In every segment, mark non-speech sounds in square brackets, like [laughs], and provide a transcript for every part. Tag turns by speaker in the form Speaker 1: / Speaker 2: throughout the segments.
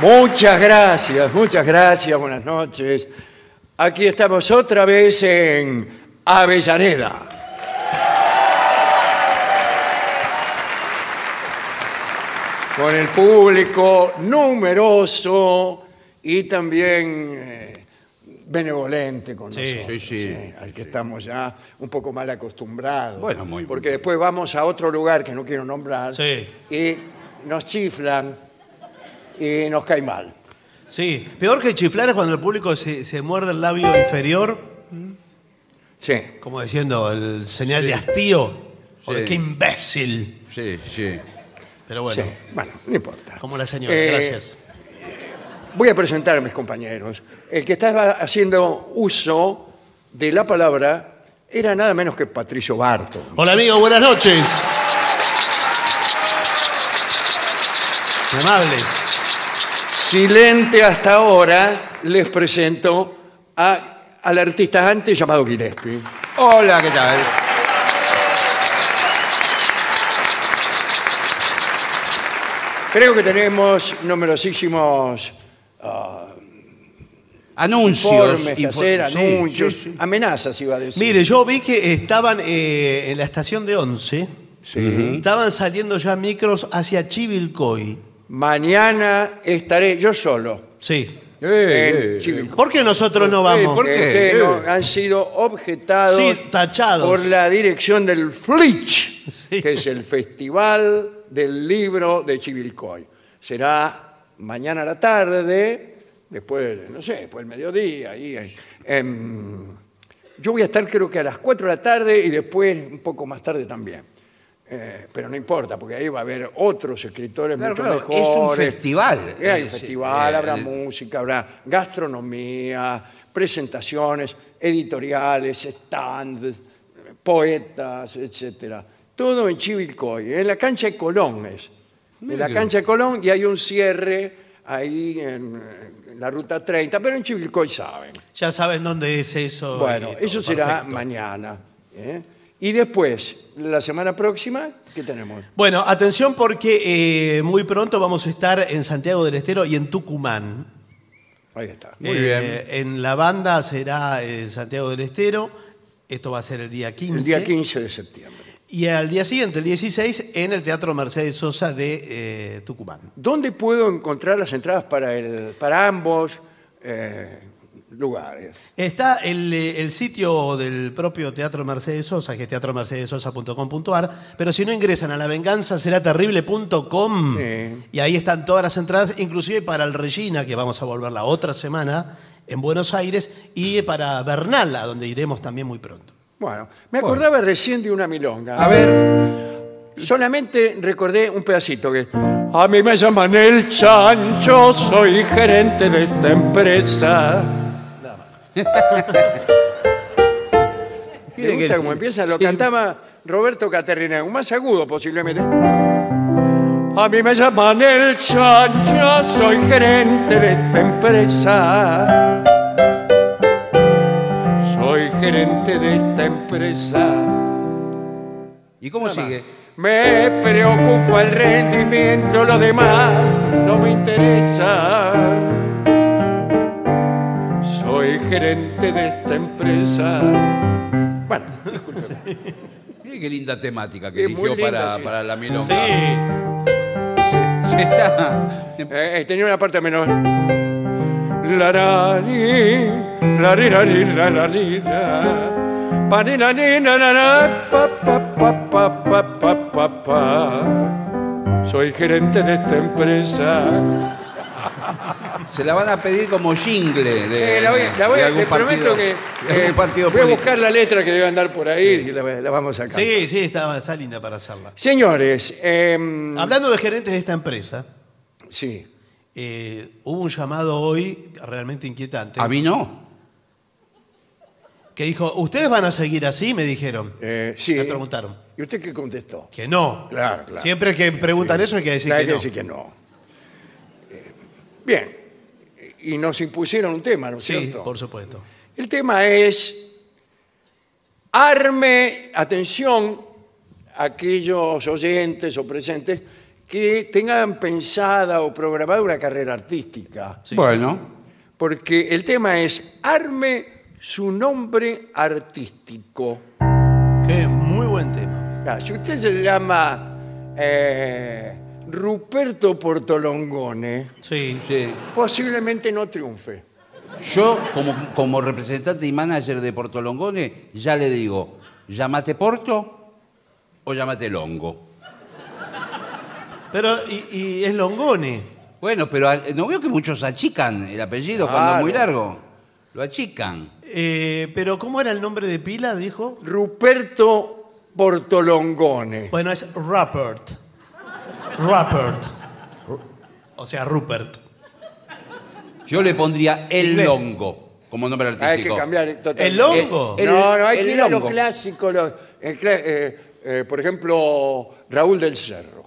Speaker 1: Muchas gracias, muchas gracias, buenas noches. Aquí estamos otra vez en Avellaneda. Con el público numeroso y también eh, benevolente con nosotros.
Speaker 2: sí, sí.
Speaker 1: eh, al que estamos ya un poco mal acostumbrados.
Speaker 2: Bueno, muy-
Speaker 1: Porque después vamos a otro lugar que no quiero nombrar
Speaker 3: Sí.
Speaker 1: y nos chiflan y nos cae mal.
Speaker 3: Sí, peor que chiflar es cuando el público se, se muerde el labio inferior,
Speaker 1: Sí.
Speaker 3: como diciendo el señal de hastío. O de
Speaker 2: Sí.
Speaker 3: qué imbécil.
Speaker 2: Sí, sí.
Speaker 3: Pero bueno,
Speaker 1: Sí, bueno, no importa.
Speaker 3: como la señora,
Speaker 1: Eh,
Speaker 3: gracias.
Speaker 1: Voy a presentar a mis compañeros. El que estaba haciendo uso de la palabra era nada menos que Patricio Barto.
Speaker 3: Hola amigo, buenas noches. Muy Amables.
Speaker 1: Silente hasta ahora, les presento a- al artista antes llamado Gillespie.
Speaker 2: Hola, ¿qué tal?
Speaker 1: Creo que tenemos numerosísimos
Speaker 2: Anuncios.
Speaker 1: informes, que
Speaker 2: info-
Speaker 1: hacer,
Speaker 2: sí,
Speaker 1: anuncios,
Speaker 2: sí, sí.
Speaker 1: amenazas, iba a decir.
Speaker 3: Mire, yo vi que estaban eh, en la estación de 11. Estaban saliendo ya micros hacia Chivilcoy.
Speaker 1: Mañana estaré yo solo
Speaker 3: Sí.
Speaker 1: en Chivilcoy.
Speaker 3: ¿Por qué nosotros no vamos?
Speaker 2: ¿por qué?
Speaker 1: Porque
Speaker 2: Eh.
Speaker 1: no- han sido objetados
Speaker 3: Sí, tachados.
Speaker 1: por la dirección del Flitch,
Speaker 3: Sí.
Speaker 1: que es el Festival del Libro de Chivilcoy. Será mañana a la tarde, después, no sé, después del mediodía. ahí, eh, em, yo voy a estar creo que a las 4 de la tarde y después un poco más tarde también. Eh, pero no importa, porque ahí va a haber otros escritores
Speaker 2: Claro,
Speaker 1: mucho
Speaker 2: claro, es un
Speaker 1: mejores.
Speaker 2: festival.
Speaker 1: Eh, hay un
Speaker 2: Eh, sí,
Speaker 1: festival,
Speaker 2: eh,
Speaker 1: habrá
Speaker 2: eh,
Speaker 1: música, habrá gastronomía, presentaciones, editoriales, stand, poetas, etcétera. Todo en Chivilcoy, en la cancha de Colón es. En la cancha de Colón y hay un cierre ahí en, en la ruta 30, pero en Chivilcoy saben.
Speaker 3: Ya saben dónde es eso. y
Speaker 1: Bueno,
Speaker 3: todo,
Speaker 1: eso será
Speaker 3: perfecto.
Speaker 1: mañana. ¿eh? Y después, la semana próxima, ¿qué tenemos?
Speaker 3: Bueno, atención porque eh, muy pronto vamos a estar en Santiago del Estero y en Tucumán.
Speaker 1: Ahí está.
Speaker 2: Muy
Speaker 3: Eh, En la banda será eh, Santiago del Estero. Esto va a ser el día 15.
Speaker 1: El día 15 de septiembre.
Speaker 3: Y al día siguiente, el 16, en el Teatro Mercedes Sosa de eh, Tucumán.
Speaker 1: ¿Dónde puedo encontrar las entradas para, el, para ambos eh, lugares?
Speaker 3: Está el, eh, el sitio del propio Teatro Mercedes Sosa, que es teatromercedesosa.com.ar, pero si no ingresan a lavenganzaseraterrible.com
Speaker 1: Sí.
Speaker 3: y ahí están todas las entradas, inclusive para el Regina, que vamos a volver la otra semana en Buenos Aires, y para Bernal, a donde iremos también muy pronto.
Speaker 1: Bueno, me acordaba recién de una milonga.
Speaker 2: A ver.
Speaker 1: Solamente recordé un pedacito que... A mí me llaman el chancho, soy gerente de esta empresa. Me
Speaker 2: Miren
Speaker 1: gusta
Speaker 2: que-
Speaker 1: cómo empieza, lo
Speaker 2: sí.
Speaker 1: cantaba Roberto Caterina, un más agudo posiblemente. A mí me llaman el chancho, soy gerente de esta empresa. Soy gerente de esta empresa.
Speaker 2: ¿Y cómo sigue?
Speaker 1: Me preocupa el rendimiento, lo demás no me interesa. Soy gerente de esta empresa. Bueno, discúlpeme.
Speaker 2: Miren qué linda temática que
Speaker 1: Es muy
Speaker 2: eligió
Speaker 1: linda,
Speaker 2: para,
Speaker 1: sí.
Speaker 2: para la milonga. Se, se está...
Speaker 1: Eh, eh, tenía una parte menor. La ra, ni, la ri, la ri, la la ri, la. Pa, ni, la, ni, la, la, la, pa, pa, pa, pa, pa, pa, pa, pa. Soy gerente de esta empresa.
Speaker 2: Se la van a pedir como jingle de,
Speaker 1: Eh, la voy, la voy-
Speaker 2: de
Speaker 1: le
Speaker 2: algún partido,
Speaker 1: prometo que
Speaker 2: de algún
Speaker 1: eh,
Speaker 2: partido
Speaker 1: voy a
Speaker 2: político.
Speaker 1: buscar la letra que debe andar por ahí y la, la vamos a sacar.
Speaker 3: Sí, sí, está, está linda para hacerla.
Speaker 1: Señores, em,
Speaker 3: Hablando de gerentes de esta empresa,
Speaker 1: sí.
Speaker 3: eh, hubo un llamado hoy realmente inquietante
Speaker 2: A mí no.
Speaker 3: que dijo, ¿ustedes van a seguir así? Me dijeron.
Speaker 1: eh, sí.
Speaker 3: Me preguntaron.
Speaker 1: ¿Y usted qué contestó?
Speaker 3: Que no.
Speaker 1: Claro, claro.
Speaker 3: Siempre que preguntan eso hay que decir
Speaker 1: Claro, hay
Speaker 3: que no.
Speaker 1: decir que no. Eh, Bien. Y nos impusieron un tema, ¿no es
Speaker 3: sí,
Speaker 1: cierto?
Speaker 3: por supuesto.
Speaker 1: El tema es arme, atención, aquellos oyentes o presentes que tengan pensada o programada una carrera artística.
Speaker 2: Bueno,
Speaker 1: Porque el tema es arme su nombre artístico.
Speaker 3: Qué muy buen tema.
Speaker 1: Ah, si usted se llama eh, Ruperto Portolongone,
Speaker 3: Sí.
Speaker 2: sí.
Speaker 1: posiblemente no triunfe.
Speaker 2: Yo, como, como representante y manager de Portolongone, ya le digo, llámate Porto o llámate Longo.
Speaker 3: Pero, y, y es Longone.
Speaker 2: Bueno, pero al- no veo que muchos achican el apellido cuando es muy largo. Lo achican.
Speaker 3: Eh, pero, ¿cómo era el nombre de pila? Dijo.
Speaker 1: Ruperto Portolongone.
Speaker 3: Bueno, es Rupert. Rupert. O sea, Rupert.
Speaker 2: Yo le pondría el
Speaker 3: Inglés.
Speaker 2: Longo como nombre artístico.
Speaker 1: Hay que cambiar ¿eh? totalmente.
Speaker 3: ¿El hongo?
Speaker 1: Eh, no, no, hay
Speaker 2: El-
Speaker 1: que
Speaker 2: el
Speaker 1: ir a lo
Speaker 2: hongo.
Speaker 1: clásico. lo- eh, cla- eh, eh, por ejemplo, Raúl del Cerro.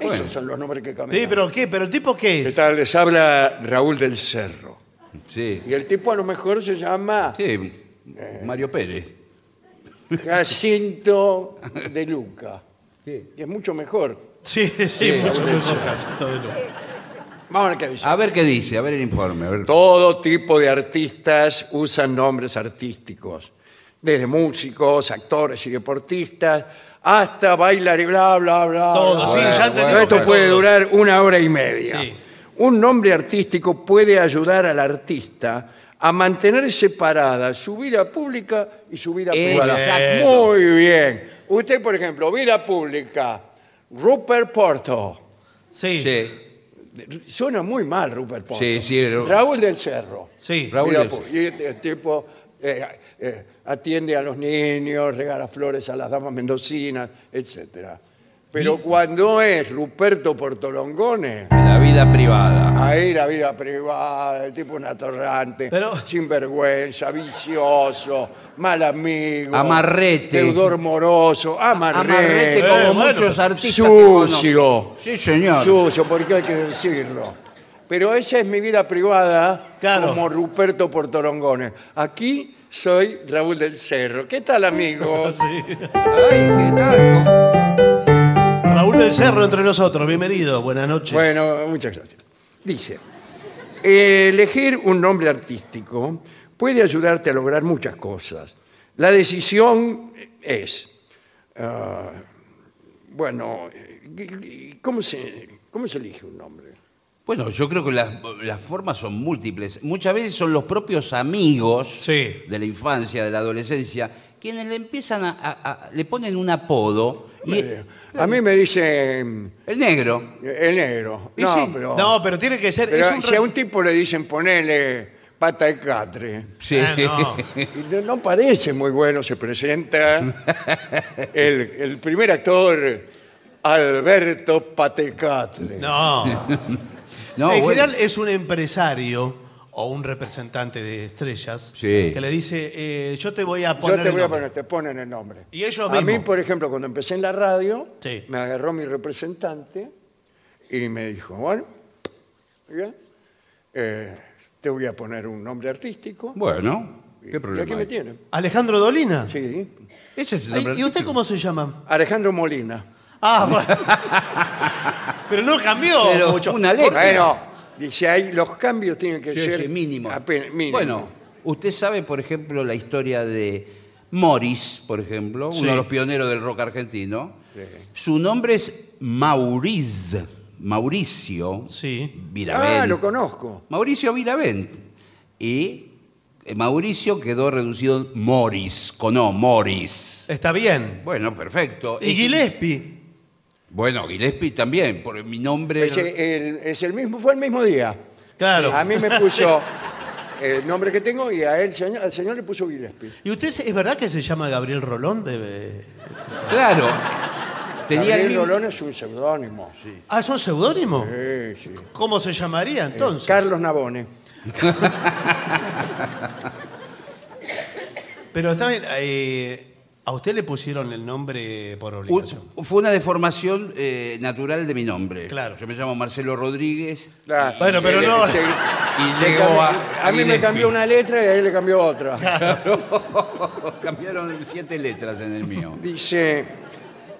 Speaker 1: Esos
Speaker 2: Bueno.
Speaker 1: son los nombres que cambian.
Speaker 3: Sí, pero ¿qué? ¿Pero el tipo qué
Speaker 1: ¿Qué
Speaker 3: es?
Speaker 1: tal? Les habla Raúl del Cerro.
Speaker 2: Sí.
Speaker 1: Y el tipo a lo mejor se llama
Speaker 2: Sí.
Speaker 1: Eh.
Speaker 2: Mario Pérez.
Speaker 1: Jacinto de Luca.
Speaker 2: Sí.
Speaker 1: Y es mucho mejor.
Speaker 3: Sí, sí, mucho mejor Jacinto de Luca.
Speaker 1: Vamos a ver qué dice.
Speaker 2: A ver qué dice, a ver el informe. A ver.
Speaker 1: Todo tipo de artistas usan nombres artísticos, desde músicos, actores y deportistas, hasta bailar y bla, bla, bla.
Speaker 3: Todo,
Speaker 1: bla,
Speaker 3: sí,
Speaker 1: bla,
Speaker 3: ya
Speaker 1: bla.
Speaker 3: entendimos
Speaker 1: Esto
Speaker 3: que
Speaker 1: puede
Speaker 3: todo.
Speaker 1: durar una hora y media.
Speaker 3: Sí.
Speaker 1: Un nombre artístico puede ayudar al artista a mantener separada su vida pública y su vida privada.
Speaker 2: Exacto.
Speaker 1: Muy bien. Usted, por ejemplo, vida pública, Rupert Porto.
Speaker 3: Sí, sí.
Speaker 2: Sí.
Speaker 1: Suena muy mal, Rupert Porto.
Speaker 2: Sí, sí, Ru-
Speaker 1: Raúl del Cerro.
Speaker 2: Raúl
Speaker 1: Mira,
Speaker 2: es-
Speaker 1: pues, y el- el tipo eh, eh, atiende a los niños, regala flores a las damas mendocinas, etcétera. Pero cuando es Ruperto Portolongone,
Speaker 2: La vida privada.
Speaker 1: ahí la vida privada, el tipo es un atorrante,
Speaker 3: Pero-
Speaker 1: sinvergüenza, vicioso, mal amigo,
Speaker 2: Amarrete.
Speaker 1: deudor moroso, amarrete,
Speaker 2: Amarrete como
Speaker 3: Eh, bueno,
Speaker 2: muchos artistas. que
Speaker 1: sucio,
Speaker 2: conozco. Sí, señor.
Speaker 1: sucio, porque hay que decirlo. Pero esa es mi vida privada
Speaker 3: Claro.
Speaker 1: como Ruperto Portolongones. Aquí soy Raúl del Cerro. ¿Qué tal, amigos?
Speaker 2: Ay, qué tal.
Speaker 3: Raúl del Cerro entre nosotros, bienvenido, buenas noches.
Speaker 1: Bueno, muchas gracias. Dice, eh, elegir un nombre artístico puede ayudarte a lograr muchas cosas. La decisión es, ah, bueno, ¿cómo se, ¿cómo se elige un nombre?
Speaker 2: Bueno, yo creo que las, las formas son múltiples. Muchas veces son los propios amigos
Speaker 3: Sí.
Speaker 2: de la infancia, de la adolescencia, quienes le empiezan a, a- a- le ponen un apodo. Y,
Speaker 1: A mí me dicen
Speaker 2: el negro.
Speaker 1: el negro.
Speaker 2: Y
Speaker 1: No,
Speaker 2: sí.
Speaker 1: pero,
Speaker 3: No, pero tiene que ser.
Speaker 1: pero
Speaker 3: [laughs] es un
Speaker 1: si
Speaker 3: re-
Speaker 1: a un tipo le dicen ponele pata de catre,
Speaker 2: Sí.
Speaker 3: Ah, no.
Speaker 1: y no, no parece muy bueno, se presenta el, el primer actor Alberto Patecatre. [laughs]
Speaker 3: No.
Speaker 2: No,
Speaker 3: en
Speaker 2: bueno.
Speaker 3: general es un empresario o un representante de estrellas
Speaker 2: Sí.
Speaker 3: que le dice, eh, yo te voy a
Speaker 1: Yo
Speaker 3: poner.
Speaker 1: te
Speaker 3: el
Speaker 1: voy a
Speaker 3: nombre.
Speaker 1: poner, te ponen el nombre.
Speaker 3: Y ellos
Speaker 1: A mí,
Speaker 3: mismos.
Speaker 1: por ejemplo, cuando empecé en la radio,
Speaker 3: Sí.
Speaker 1: me agarró mi representante y me dijo, bueno, ya, eh, te voy a poner un nombre artístico.
Speaker 2: Bueno,
Speaker 1: Y
Speaker 2: ¿qué problema?
Speaker 1: aquí
Speaker 2: hay?
Speaker 1: me tienen.
Speaker 3: Alejandro Dolina.
Speaker 1: Sí.
Speaker 2: Ese es el
Speaker 3: Ay,
Speaker 2: nombre
Speaker 3: ¿Y usted
Speaker 2: artístico.
Speaker 3: cómo se llama?
Speaker 1: Alejandro Molina.
Speaker 3: Ah, bueno.
Speaker 2: [laughs]
Speaker 3: pero no cambió
Speaker 2: Pero
Speaker 3: mucho.
Speaker 2: una letra.
Speaker 1: Bueno, dice ahí, los cambios tienen que
Speaker 2: Sí,
Speaker 1: ser
Speaker 2: sí, mínimo.
Speaker 1: apenas- mínimo.
Speaker 2: Bueno, usted sabe, por ejemplo, la historia de Morris, por ejemplo,
Speaker 3: Sí.
Speaker 2: uno de los pioneros del rock argentino. Su nombre es Mauriz, Mauricio
Speaker 3: Sí.
Speaker 2: Viravent.
Speaker 1: ah, lo conozco.
Speaker 2: Mauricio Viravent. Y eh, Mauricio quedó reducido en Morris, con O, Morris.
Speaker 3: Está bien.
Speaker 2: Bueno, perfecto.
Speaker 3: Y
Speaker 2: Es-
Speaker 3: Gillespie.
Speaker 2: Bueno, Gillespie también, por mi nombre.
Speaker 1: Es el, es el mismo, fue el mismo día.
Speaker 3: Claro.
Speaker 1: A mí me
Speaker 2: [laughs]
Speaker 1: puso el nombre que tengo y a él, señor- al señor le puso Gillespie.
Speaker 3: [laughs] ¿Y usted se- es verdad que se llama Gabriel Rolón? De...
Speaker 2: Claro. Tenía el
Speaker 1: Gabriel
Speaker 2: mismo-
Speaker 1: Rolón es un seudónimo. Sí,
Speaker 3: Ah, ¿es un seudónimo?
Speaker 1: sí. Eh,
Speaker 3: ¿Cómo se llamaría entonces?
Speaker 1: Carlos Nabone.
Speaker 3: Pero está bien, eh, a usted le pusieron el nombre por
Speaker 2: Un-
Speaker 3: obligación.
Speaker 2: fue una deformación eh, natural de mi nombre.
Speaker 3: Claro.
Speaker 2: Yo me llamo Marcelo Rodríguez.
Speaker 1: Claro.
Speaker 3: Bueno, pero
Speaker 1: Eh,
Speaker 3: no-
Speaker 1: se-
Speaker 2: Y
Speaker 1: se
Speaker 2: [laughs] llegó
Speaker 1: cambió-
Speaker 2: a.
Speaker 1: a mí me
Speaker 2: Gillespie.
Speaker 1: cambió una letra y a él le cambió otra.
Speaker 2: [laughs] Cambiaron siete letras en el mío.
Speaker 1: Dice,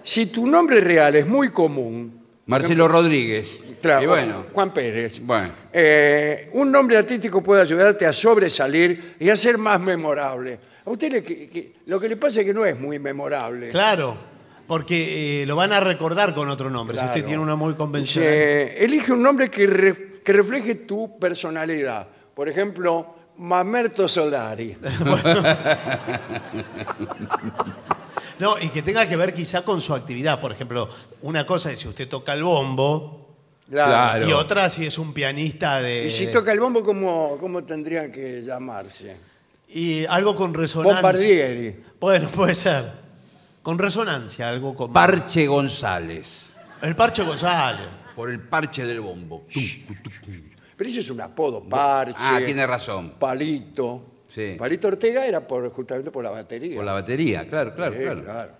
Speaker 1: si tu nombre real es muy común,
Speaker 2: Marcelo Rodríguez.
Speaker 1: claro,
Speaker 2: Y bueno.
Speaker 1: Juan Pérez,
Speaker 2: Bueno.
Speaker 1: eh, un nombre artístico puede ayudarte a sobresalir y a ser más memorable. A usted le- que- que- lo que le pasa es que no es muy memorable.
Speaker 3: Claro, porque eh, lo van a recordar con otro nombre. Si
Speaker 1: Claro.
Speaker 3: usted tiene uno muy convencional.
Speaker 1: Dice, Eh, elige un nombre que, re- que refleje tu personalidad. Por ejemplo, Mamerto Solari.
Speaker 3: No, y que tenga que ver quizá con su actividad. Por ejemplo, una cosa es si usted toca el bombo
Speaker 1: Claro.
Speaker 2: Claro. eh.
Speaker 3: y otra si es un pianista de...
Speaker 1: Y si toca el bombo, ¿cómo, cómo tendrían que llamarse?
Speaker 3: y algo con resonancia.
Speaker 1: Bombardieri.
Speaker 3: Bueno, puede ser. Con resonancia, algo con...
Speaker 2: Parche González.
Speaker 3: el Parche González.
Speaker 2: Por el parche del bombo.
Speaker 1: Pero ese es un apodo, parche.
Speaker 2: Ah, tiene razón.
Speaker 1: Palito.
Speaker 2: Sí.
Speaker 1: Palito Ortega era por, justamente por la batería.
Speaker 2: Por la batería, claro, claro,
Speaker 1: Sí,
Speaker 2: claro.
Speaker 1: claro.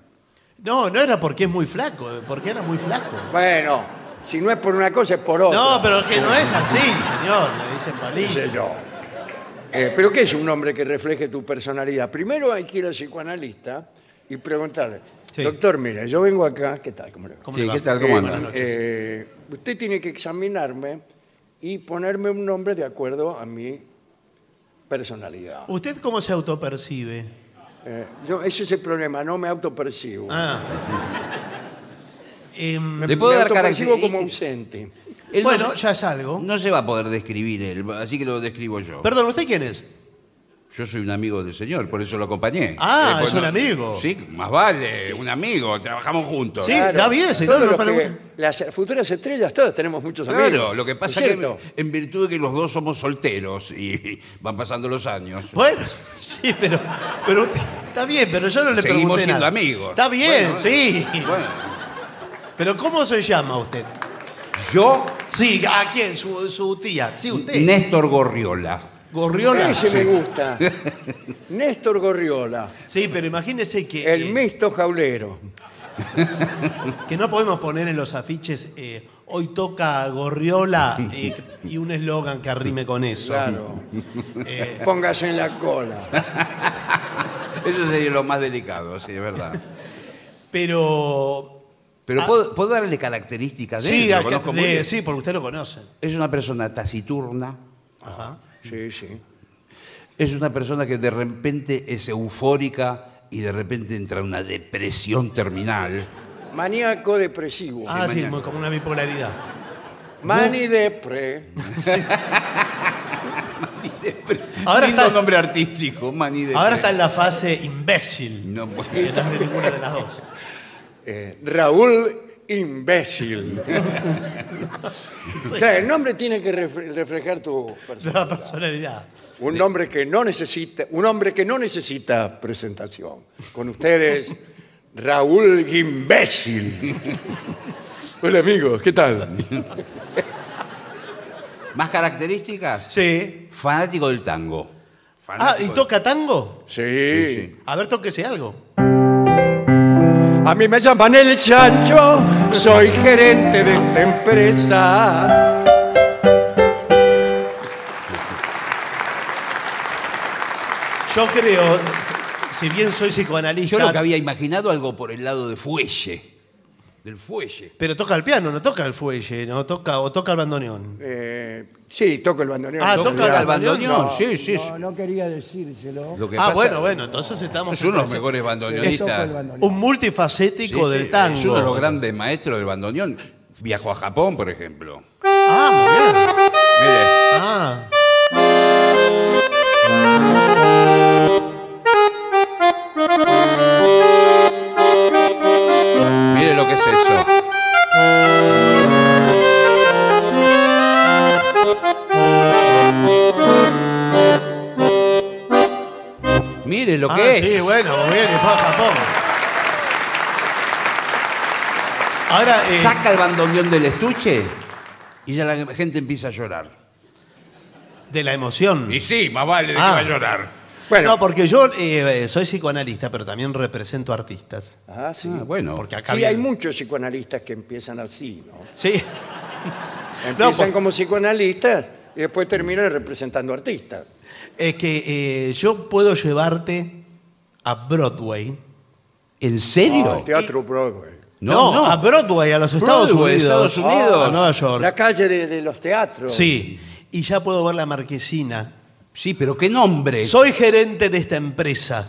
Speaker 3: No, no era porque es muy flaco, eh, porque era muy flaco.
Speaker 1: Bueno, si no es por una cosa, es por otra.
Speaker 3: No, pero es que no es así, señor. Le dicen
Speaker 1: No sé
Speaker 3: palito.
Speaker 1: yo. Eh, pero ¿qué es un nombre que refleje tu personalidad? Primero hay que ir al psicoanalista y preguntarle,
Speaker 3: Sí.
Speaker 1: doctor, mire, yo vengo acá, ¿qué tal? ¿Cómo le va?
Speaker 3: ¿Cómo
Speaker 2: Sí,
Speaker 3: le va?
Speaker 2: ¿qué tal? ¿Cómo
Speaker 3: Eh,
Speaker 2: anda?
Speaker 3: buenas noches.
Speaker 1: Eh, usted tiene que examinarme y ponerme un nombre de acuerdo a mi personalidad.
Speaker 3: ¿Usted cómo se autopercibe?
Speaker 1: Eh, yo- ese es el problema, no me autopercibo.
Speaker 3: Ah. [laughs] Em,
Speaker 2: Le puedo
Speaker 1: me
Speaker 2: dar
Speaker 1: autopercibo como
Speaker 2: características.
Speaker 1: ausente.
Speaker 2: Él no
Speaker 3: bueno,
Speaker 2: se-
Speaker 3: ya es algo.
Speaker 2: no se va a poder describir él, así que lo describo yo.
Speaker 3: Perdón, ¿usted quién es?
Speaker 2: Yo soy un amigo del señor, por eso lo acompañé.
Speaker 3: Ah,
Speaker 2: pues
Speaker 3: es un amigo.
Speaker 2: Sí, más vale, un amigo, trabajamos juntos.
Speaker 3: Sí, está bien, señor,
Speaker 1: Todos
Speaker 3: no
Speaker 1: los que-
Speaker 3: para-
Speaker 1: las futuras estrellas, todas tenemos muchos amigos.
Speaker 2: Claro, lo que pasa
Speaker 1: ¿Es
Speaker 2: es que
Speaker 1: cierto?
Speaker 2: en virtud de que los dos somos solteros y [laughs] van pasando los años.
Speaker 3: Bueno, [laughs] sí, pero, pero usted- está bien, pero yo no le
Speaker 2: Seguimos
Speaker 3: pregunté
Speaker 2: siendo
Speaker 3: nada.
Speaker 2: amigos.
Speaker 3: Está bien,
Speaker 2: Bueno,
Speaker 3: sí.
Speaker 2: Bueno,
Speaker 3: Pero ¿cómo se llama usted?
Speaker 2: yo,
Speaker 3: Sí, ¿a quién? Su, su tía. Sí, usted.
Speaker 2: Néstor Gorriola.
Speaker 3: Gorriola.
Speaker 1: Ese me gusta. Néstor Gorriola,
Speaker 3: Sí, pero imagínese que,
Speaker 1: el
Speaker 3: eh,
Speaker 1: mixto jaulero.
Speaker 3: que no podemos poner en los afiches eh, hoy toca
Speaker 2: [laughs]
Speaker 3: Gorriola eh, y un eslogan que arrime con eso.
Speaker 1: Claro.
Speaker 3: Eh,
Speaker 1: Póngase en la cola.
Speaker 2: Eso sería lo más delicado, sí, de verdad.
Speaker 3: pero.
Speaker 2: Pero
Speaker 3: Ah.
Speaker 2: ¿puedo, puedo darle características de él?
Speaker 3: Sí,
Speaker 2: Lo
Speaker 3: a-
Speaker 2: conozco
Speaker 3: de-
Speaker 2: muy bien.
Speaker 3: sí, porque usted lo conoce.
Speaker 2: Es una persona taciturna,
Speaker 3: Ajá.
Speaker 1: Sí, sí.
Speaker 2: es una persona que de repente es eufórica y de repente entra en una depresión terminal.
Speaker 1: Maníaco depresivo.
Speaker 3: Ah, sí,
Speaker 2: mañana.
Speaker 3: muy- como una bipolaridad.
Speaker 1: Mani depre.
Speaker 3: Ahora
Speaker 2: Lindo
Speaker 3: está-
Speaker 2: nombre artístico, Mani de
Speaker 3: Ahora está en la fase imbécil.
Speaker 2: No, bueno.
Speaker 3: que no es de ninguna de las dos.
Speaker 2: [laughs]
Speaker 1: Eh, Raúl imbécil. Claro, el nombre tiene que ref- reflejar tu
Speaker 3: De
Speaker 1: persona.
Speaker 3: la personalidad.
Speaker 1: Un hombre que no necesita, un hombre que no necesita presentación. Con ustedes, Raúl Imbécil. Hola amigos, ¿qué tal?
Speaker 2: ¿Más características?
Speaker 3: Sí.
Speaker 2: Fanático del tango.
Speaker 3: Ah,
Speaker 2: Fanático
Speaker 3: ¿y
Speaker 2: del-
Speaker 3: toca tango?
Speaker 1: Sí.
Speaker 2: Sí, sí.
Speaker 3: A ver, tóquese algo.
Speaker 1: A mí me llaman el chancho, soy gerente de esta empresa.
Speaker 3: Yo creo, si bien soy psicoanalista,
Speaker 2: Yo lo que había imaginado algo por el lado de fuelle. Del fuelle.
Speaker 3: pero toca el piano, no toca el fuelle, no toca o toca el bandoneón.
Speaker 1: Eh, sí, toco el bandoneón.
Speaker 3: Ah,
Speaker 1: No,
Speaker 3: toca
Speaker 1: mirá.
Speaker 3: el bandoneón.
Speaker 2: No, sí, sí. sí.
Speaker 1: No, no quería decírselo.
Speaker 2: Lo que
Speaker 3: Ah,
Speaker 2: pasa-
Speaker 3: bueno, bueno, entonces estamos
Speaker 2: Es uno de los
Speaker 3: en-
Speaker 2: mejores
Speaker 1: Toco el
Speaker 2: bandoneonistas.
Speaker 1: bandoneón.
Speaker 3: un multifacético
Speaker 2: Sí,
Speaker 3: del
Speaker 2: sí,
Speaker 3: tango.
Speaker 2: Es uno de los grandes maestros del bandoneón. Viajó a Japón, por ejemplo.
Speaker 3: Ah, muy bien.
Speaker 2: Mire,
Speaker 3: Ah.
Speaker 2: mire lo que es eso.
Speaker 4: Ah,
Speaker 2: inglés.
Speaker 3: Ah, Sí, bueno, muy bien, y fue a Japón. Ahora, eh,
Speaker 2: Saca el bandoneón del estuche y ya la gente empieza a llorar.
Speaker 3: de la emoción.
Speaker 4: Y sí, más vale de que
Speaker 3: Ah.
Speaker 4: va a llorar.
Speaker 1: Bueno,
Speaker 3: No, porque yo eh, eh, soy psicoanalista, pero también represento artistas.
Speaker 1: ah, sí.
Speaker 2: Ah, bueno.
Speaker 3: Porque acá
Speaker 1: Sí, hay
Speaker 3: viene-
Speaker 1: muchos psicoanalistas que empiezan así, ¿no?
Speaker 3: Sí.
Speaker 1: Empiezan
Speaker 3: pues-
Speaker 1: como psicoanalistas y después terminan representando artistas.
Speaker 3: Es que eh, yo puedo llevarte a Broadway.
Speaker 2: ¿En serio?
Speaker 1: Ah, el teatro Broadway.
Speaker 3: No, a Broadway, a los Estados
Speaker 2: Broadway,
Speaker 3: Unidos.
Speaker 2: Estados Unidos.
Speaker 3: A Nueva York.
Speaker 1: La calle de, de los teatros.
Speaker 3: Sí. Y ya puedo ver la marquesina.
Speaker 2: Sí, pero qué nombre.
Speaker 3: Soy gerente de esta empresa.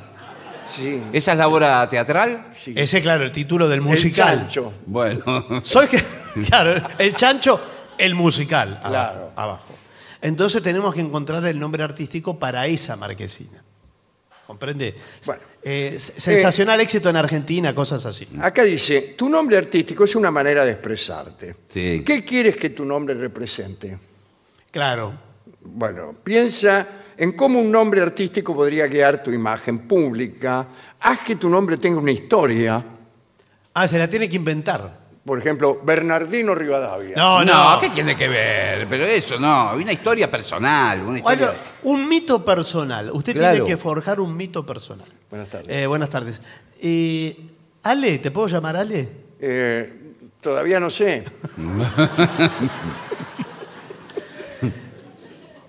Speaker 1: Sí.
Speaker 2: ¿Esa es la obra teatral?
Speaker 1: sí.
Speaker 3: Ese, claro, el título del
Speaker 1: El
Speaker 3: musical.
Speaker 1: chancho.
Speaker 2: Bueno. [laughs]
Speaker 3: Soy que, [laughs] claro, el chancho, el musical. Abajo,
Speaker 1: Claro.
Speaker 3: abajo. Entonces tenemos que encontrar el nombre artístico para esa marquesina. ¿Comprende?
Speaker 1: Bueno.
Speaker 3: Eh, se- sensacional éxito en Argentina, cosas así.
Speaker 1: Acá dice, tu nombre artístico es una manera de expresarte.
Speaker 2: Sí.
Speaker 1: ¿Qué quieres que tu nombre represente?
Speaker 3: Claro.
Speaker 1: Bueno, piensa en cómo un nombre artístico podría guiar tu imagen pública. Haz que tu nombre tenga una historia.
Speaker 3: Ah, se la tiene que inventar.
Speaker 1: Por ejemplo, Bernardino Rivadavia.
Speaker 3: No, no.
Speaker 2: ¿qué tiene que ver? Pero eso no, una historia personal, una historia...
Speaker 3: Bueno, un mito personal. Usted
Speaker 2: Claro.
Speaker 3: tiene que forjar un mito personal.
Speaker 1: Buenas tardes.
Speaker 3: Eh, buenas tardes. Eh, Ale, ¿te puedo llamar Ale?
Speaker 1: Eh, todavía no sé.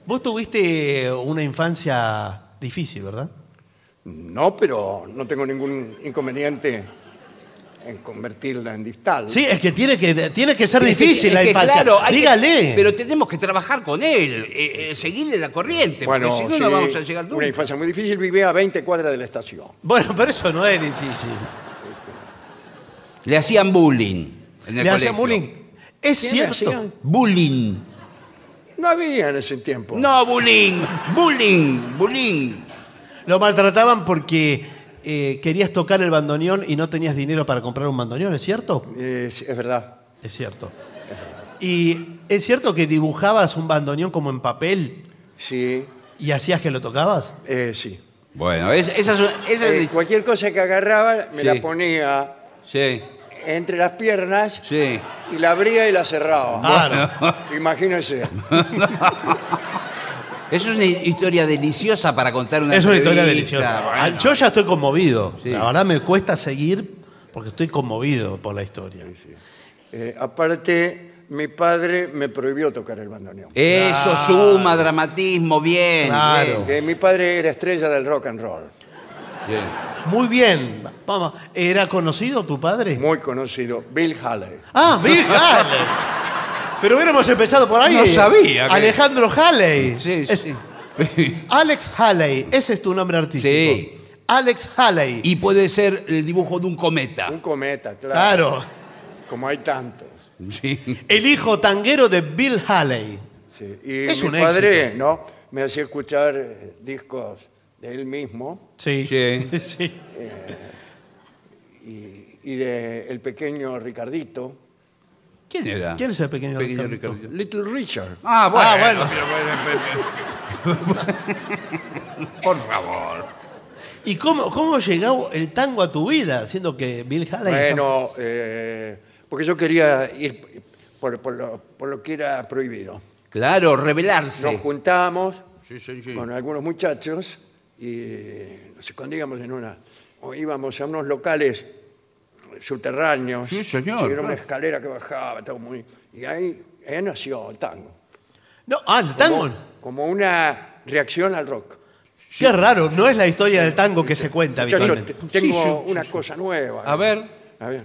Speaker 3: Vos tuviste una infancia difícil, ¿verdad?
Speaker 1: No, pero no tengo ningún inconveniente en convertirla en distal.
Speaker 3: Sí, es que tiene que, tiene que ser
Speaker 2: Es que-
Speaker 3: difícil
Speaker 2: es
Speaker 3: la
Speaker 2: que,
Speaker 3: infancia.
Speaker 2: claro, hay que-
Speaker 3: Dígale.
Speaker 2: pero tenemos que trabajar con él, eh, eh, seguirle la corriente, porque si no, no
Speaker 1: sí,
Speaker 2: vamos a llegar nunca.
Speaker 1: Una infancia muy difícil, vivía a 20 cuadras de la estación.
Speaker 3: Bueno, pero eso no es difícil.
Speaker 2: Le hacían bullying en el
Speaker 3: Le hacían
Speaker 2: colegio.
Speaker 3: bullying. Es
Speaker 1: ¿Qué le
Speaker 3: cierto.
Speaker 1: hacían?
Speaker 2: Bullying.
Speaker 1: No había en ese tiempo.
Speaker 2: No, bullying. Bullying. Bullying.
Speaker 3: Lo maltrataban porque eh, querías tocar el bandoneón y no tenías dinero para comprar un bandoneón, ¿es cierto?
Speaker 1: Eh, sí, es verdad.
Speaker 3: Es cierto. Y es cierto que dibujabas un bandoneón como en papel
Speaker 1: Sí,
Speaker 3: y hacías que lo tocabas.
Speaker 1: eh, sí.
Speaker 2: Bueno, es- esa es... esa
Speaker 1: Eh,
Speaker 2: es-
Speaker 1: cualquier cosa que agarraba me
Speaker 2: Sí.
Speaker 1: la ponía
Speaker 2: sí,
Speaker 1: entre las piernas
Speaker 2: sí.
Speaker 1: y la abría y la cerraba. [laughs]
Speaker 3: Claro.
Speaker 1: Imagínese.
Speaker 2: Es una historia deliciosa para contar una
Speaker 3: Es una historia
Speaker 2: entrevista.
Speaker 3: deliciosa. Ah,
Speaker 2: Bueno.
Speaker 3: Yo ya estoy conmovido.
Speaker 2: Sí.
Speaker 3: La verdad me cuesta seguir porque estoy conmovido por la historia.
Speaker 1: Eh, aparte, mi padre me prohibió tocar el bandoneón.
Speaker 2: Eso suma dramatismo, bien.
Speaker 3: Claro.
Speaker 1: Eh, mi padre era estrella del rock and roll,
Speaker 2: bien, bien.
Speaker 3: Muy bien. Vamos. ¿Era conocido tu padre?
Speaker 1: muy conocido, Bill Haley.
Speaker 3: Ah,
Speaker 2: [laughs]
Speaker 3: Bill Haley. Pero hubiéramos empezado por ahí.
Speaker 2: No sabía que-
Speaker 3: Alejandro Haley.
Speaker 2: Sí,
Speaker 3: Es-
Speaker 2: sí.
Speaker 3: Alex Haley, ese es tu nombre artístico.
Speaker 2: Sí.
Speaker 3: Alex Haley.
Speaker 2: [laughs] Y puede ser el dibujo de un cometa.
Speaker 1: Un cometa, claro,
Speaker 3: Claro.
Speaker 1: como hay tantos.
Speaker 2: Sí.
Speaker 3: El hijo tanguero de Bill Haley.
Speaker 1: Sí, Y
Speaker 3: Es
Speaker 1: mi
Speaker 3: un
Speaker 1: padre, ¿no? Me hacía escuchar eh, discos de él mismo
Speaker 3: Sí.
Speaker 2: Sí.
Speaker 3: [laughs] Sí.
Speaker 1: y de el pequeño Ricardito,
Speaker 2: ¿Quién era?
Speaker 3: ¿Quién es el pequeño,
Speaker 2: Pequeño
Speaker 3: Ricardo?
Speaker 2: Ricardo.
Speaker 1: Little Richard.
Speaker 2: Ah, bueno.
Speaker 3: Ah, bueno.
Speaker 2: pero
Speaker 3: [laughs]
Speaker 2: Por favor.
Speaker 3: ¿Y cómo, cómo llegó el tango a tu vida? Siendo que Bill Haley.
Speaker 1: Bueno, eh, porque yo quería ir por, por lo, por lo que era prohibido.
Speaker 2: Claro,
Speaker 1: Nos
Speaker 2: revelarse.
Speaker 1: juntamos
Speaker 2: Sí, sí, sí.
Speaker 1: con algunos muchachos y nos escondíamos en una... O íbamos a unos locales subterráneos.
Speaker 2: Sí, señor,
Speaker 1: Era una
Speaker 2: claro.
Speaker 1: escalera que bajaba, todo muy... Y ahí, ahí nació el tango.
Speaker 3: No, ah, el tango.
Speaker 1: Como una reacción al rock.
Speaker 3: Qué raro, no es la historia del tango que se cuenta
Speaker 1: Yo
Speaker 3: habitualmente.
Speaker 1: tengo una cosa nueva.
Speaker 2: A ver.
Speaker 1: A ver.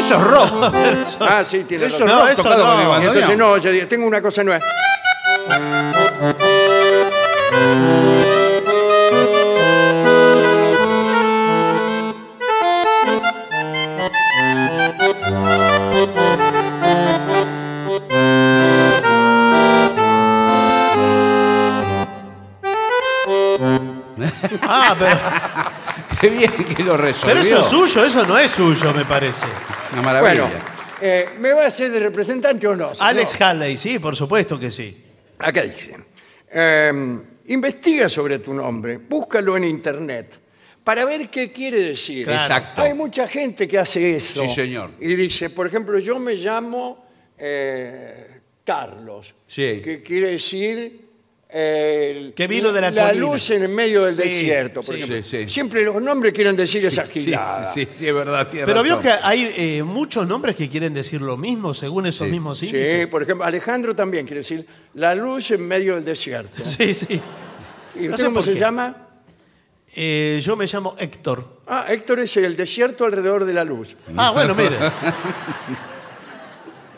Speaker 2: Eso es rock.
Speaker 1: Ah, sí, tiene
Speaker 2: Eso
Speaker 1: razón.
Speaker 3: No,
Speaker 2: no,
Speaker 3: eso
Speaker 2: tocado
Speaker 3: no.
Speaker 2: con el
Speaker 3: no,
Speaker 2: bandoneón.
Speaker 1: Entonces no, yo digo, tengo una cosa nueva.
Speaker 3: Ah, pero,
Speaker 2: Qué bien que lo resolvió.
Speaker 3: pero eso es suyo, eso no es suyo, me parece.
Speaker 2: Una maravilla.
Speaker 1: Bueno, eh, ¿me va a ser de representante o no?
Speaker 3: Alex
Speaker 1: No.
Speaker 3: Haley, sí, por supuesto que sí.
Speaker 1: Acá dice, em, investiga sobre tu nombre, búscalo en internet para ver qué quiere decir.
Speaker 3: Claro.
Speaker 2: Exacto.
Speaker 1: Hay mucha gente que hace eso.
Speaker 2: Sí, señor.
Speaker 1: Y dice, por ejemplo, yo me llamo eh, Carlos,
Speaker 2: Sí.
Speaker 1: que quiere decir... eh,
Speaker 3: Que vino de la colina.
Speaker 1: luz en el medio del
Speaker 3: Sí,
Speaker 1: desierto, por
Speaker 2: sí,
Speaker 1: ejemplo.
Speaker 2: sí, sí.
Speaker 1: Siempre los nombres quieren decir esa
Speaker 2: Sí,
Speaker 1: gilada.
Speaker 2: sí, sí, es verdad. tiene
Speaker 3: Pero vio
Speaker 2: razón.
Speaker 3: que hay eh, muchos nombres que quieren decir lo mismo según esos
Speaker 2: Sí.
Speaker 3: mismos
Speaker 1: Sí,
Speaker 3: índices.
Speaker 1: por ejemplo, Alejandro también quiere decir la luz en medio del desierto.
Speaker 3: Sí, sí.
Speaker 1: ¿Y
Speaker 3: No
Speaker 1: usted
Speaker 3: sé
Speaker 1: cómo
Speaker 3: por
Speaker 1: se
Speaker 3: qué.
Speaker 1: llama?
Speaker 3: Eh, yo me llamo Héctor.
Speaker 1: Ah, Héctor es el desierto alrededor de la luz.
Speaker 3: Ah, bueno, mire.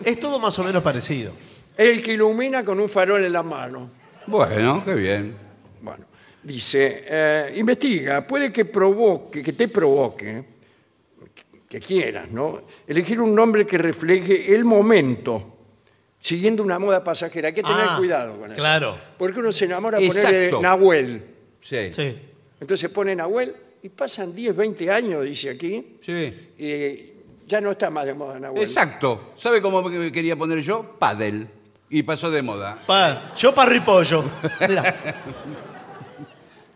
Speaker 3: es todo más o menos parecido.
Speaker 1: El que ilumina con un farol en la mano.
Speaker 2: Bueno, qué bien.
Speaker 1: Bueno, dice, eh, investiga, puede que provoque, que te provoque, que quieras, ¿no? Elegir un nombre que refleje el momento, siguiendo una moda pasajera. Hay que tener
Speaker 3: Ah,
Speaker 1: cuidado con eso.
Speaker 3: claro.
Speaker 1: Porque uno se enamora poner eh,
Speaker 2: Exacto.
Speaker 1: Nahuel.
Speaker 2: Sí. Sí.
Speaker 3: Sí.
Speaker 1: Entonces pone Nahuel y pasan 10, 20 años, dice aquí,
Speaker 3: Ah,
Speaker 1: y ya no está más de moda Nahuel.
Speaker 2: Exacto. ¿Sabe cómo me quería poner yo? Padel. Y pasó de moda.
Speaker 3: Pa, yo parripollo. Mirá.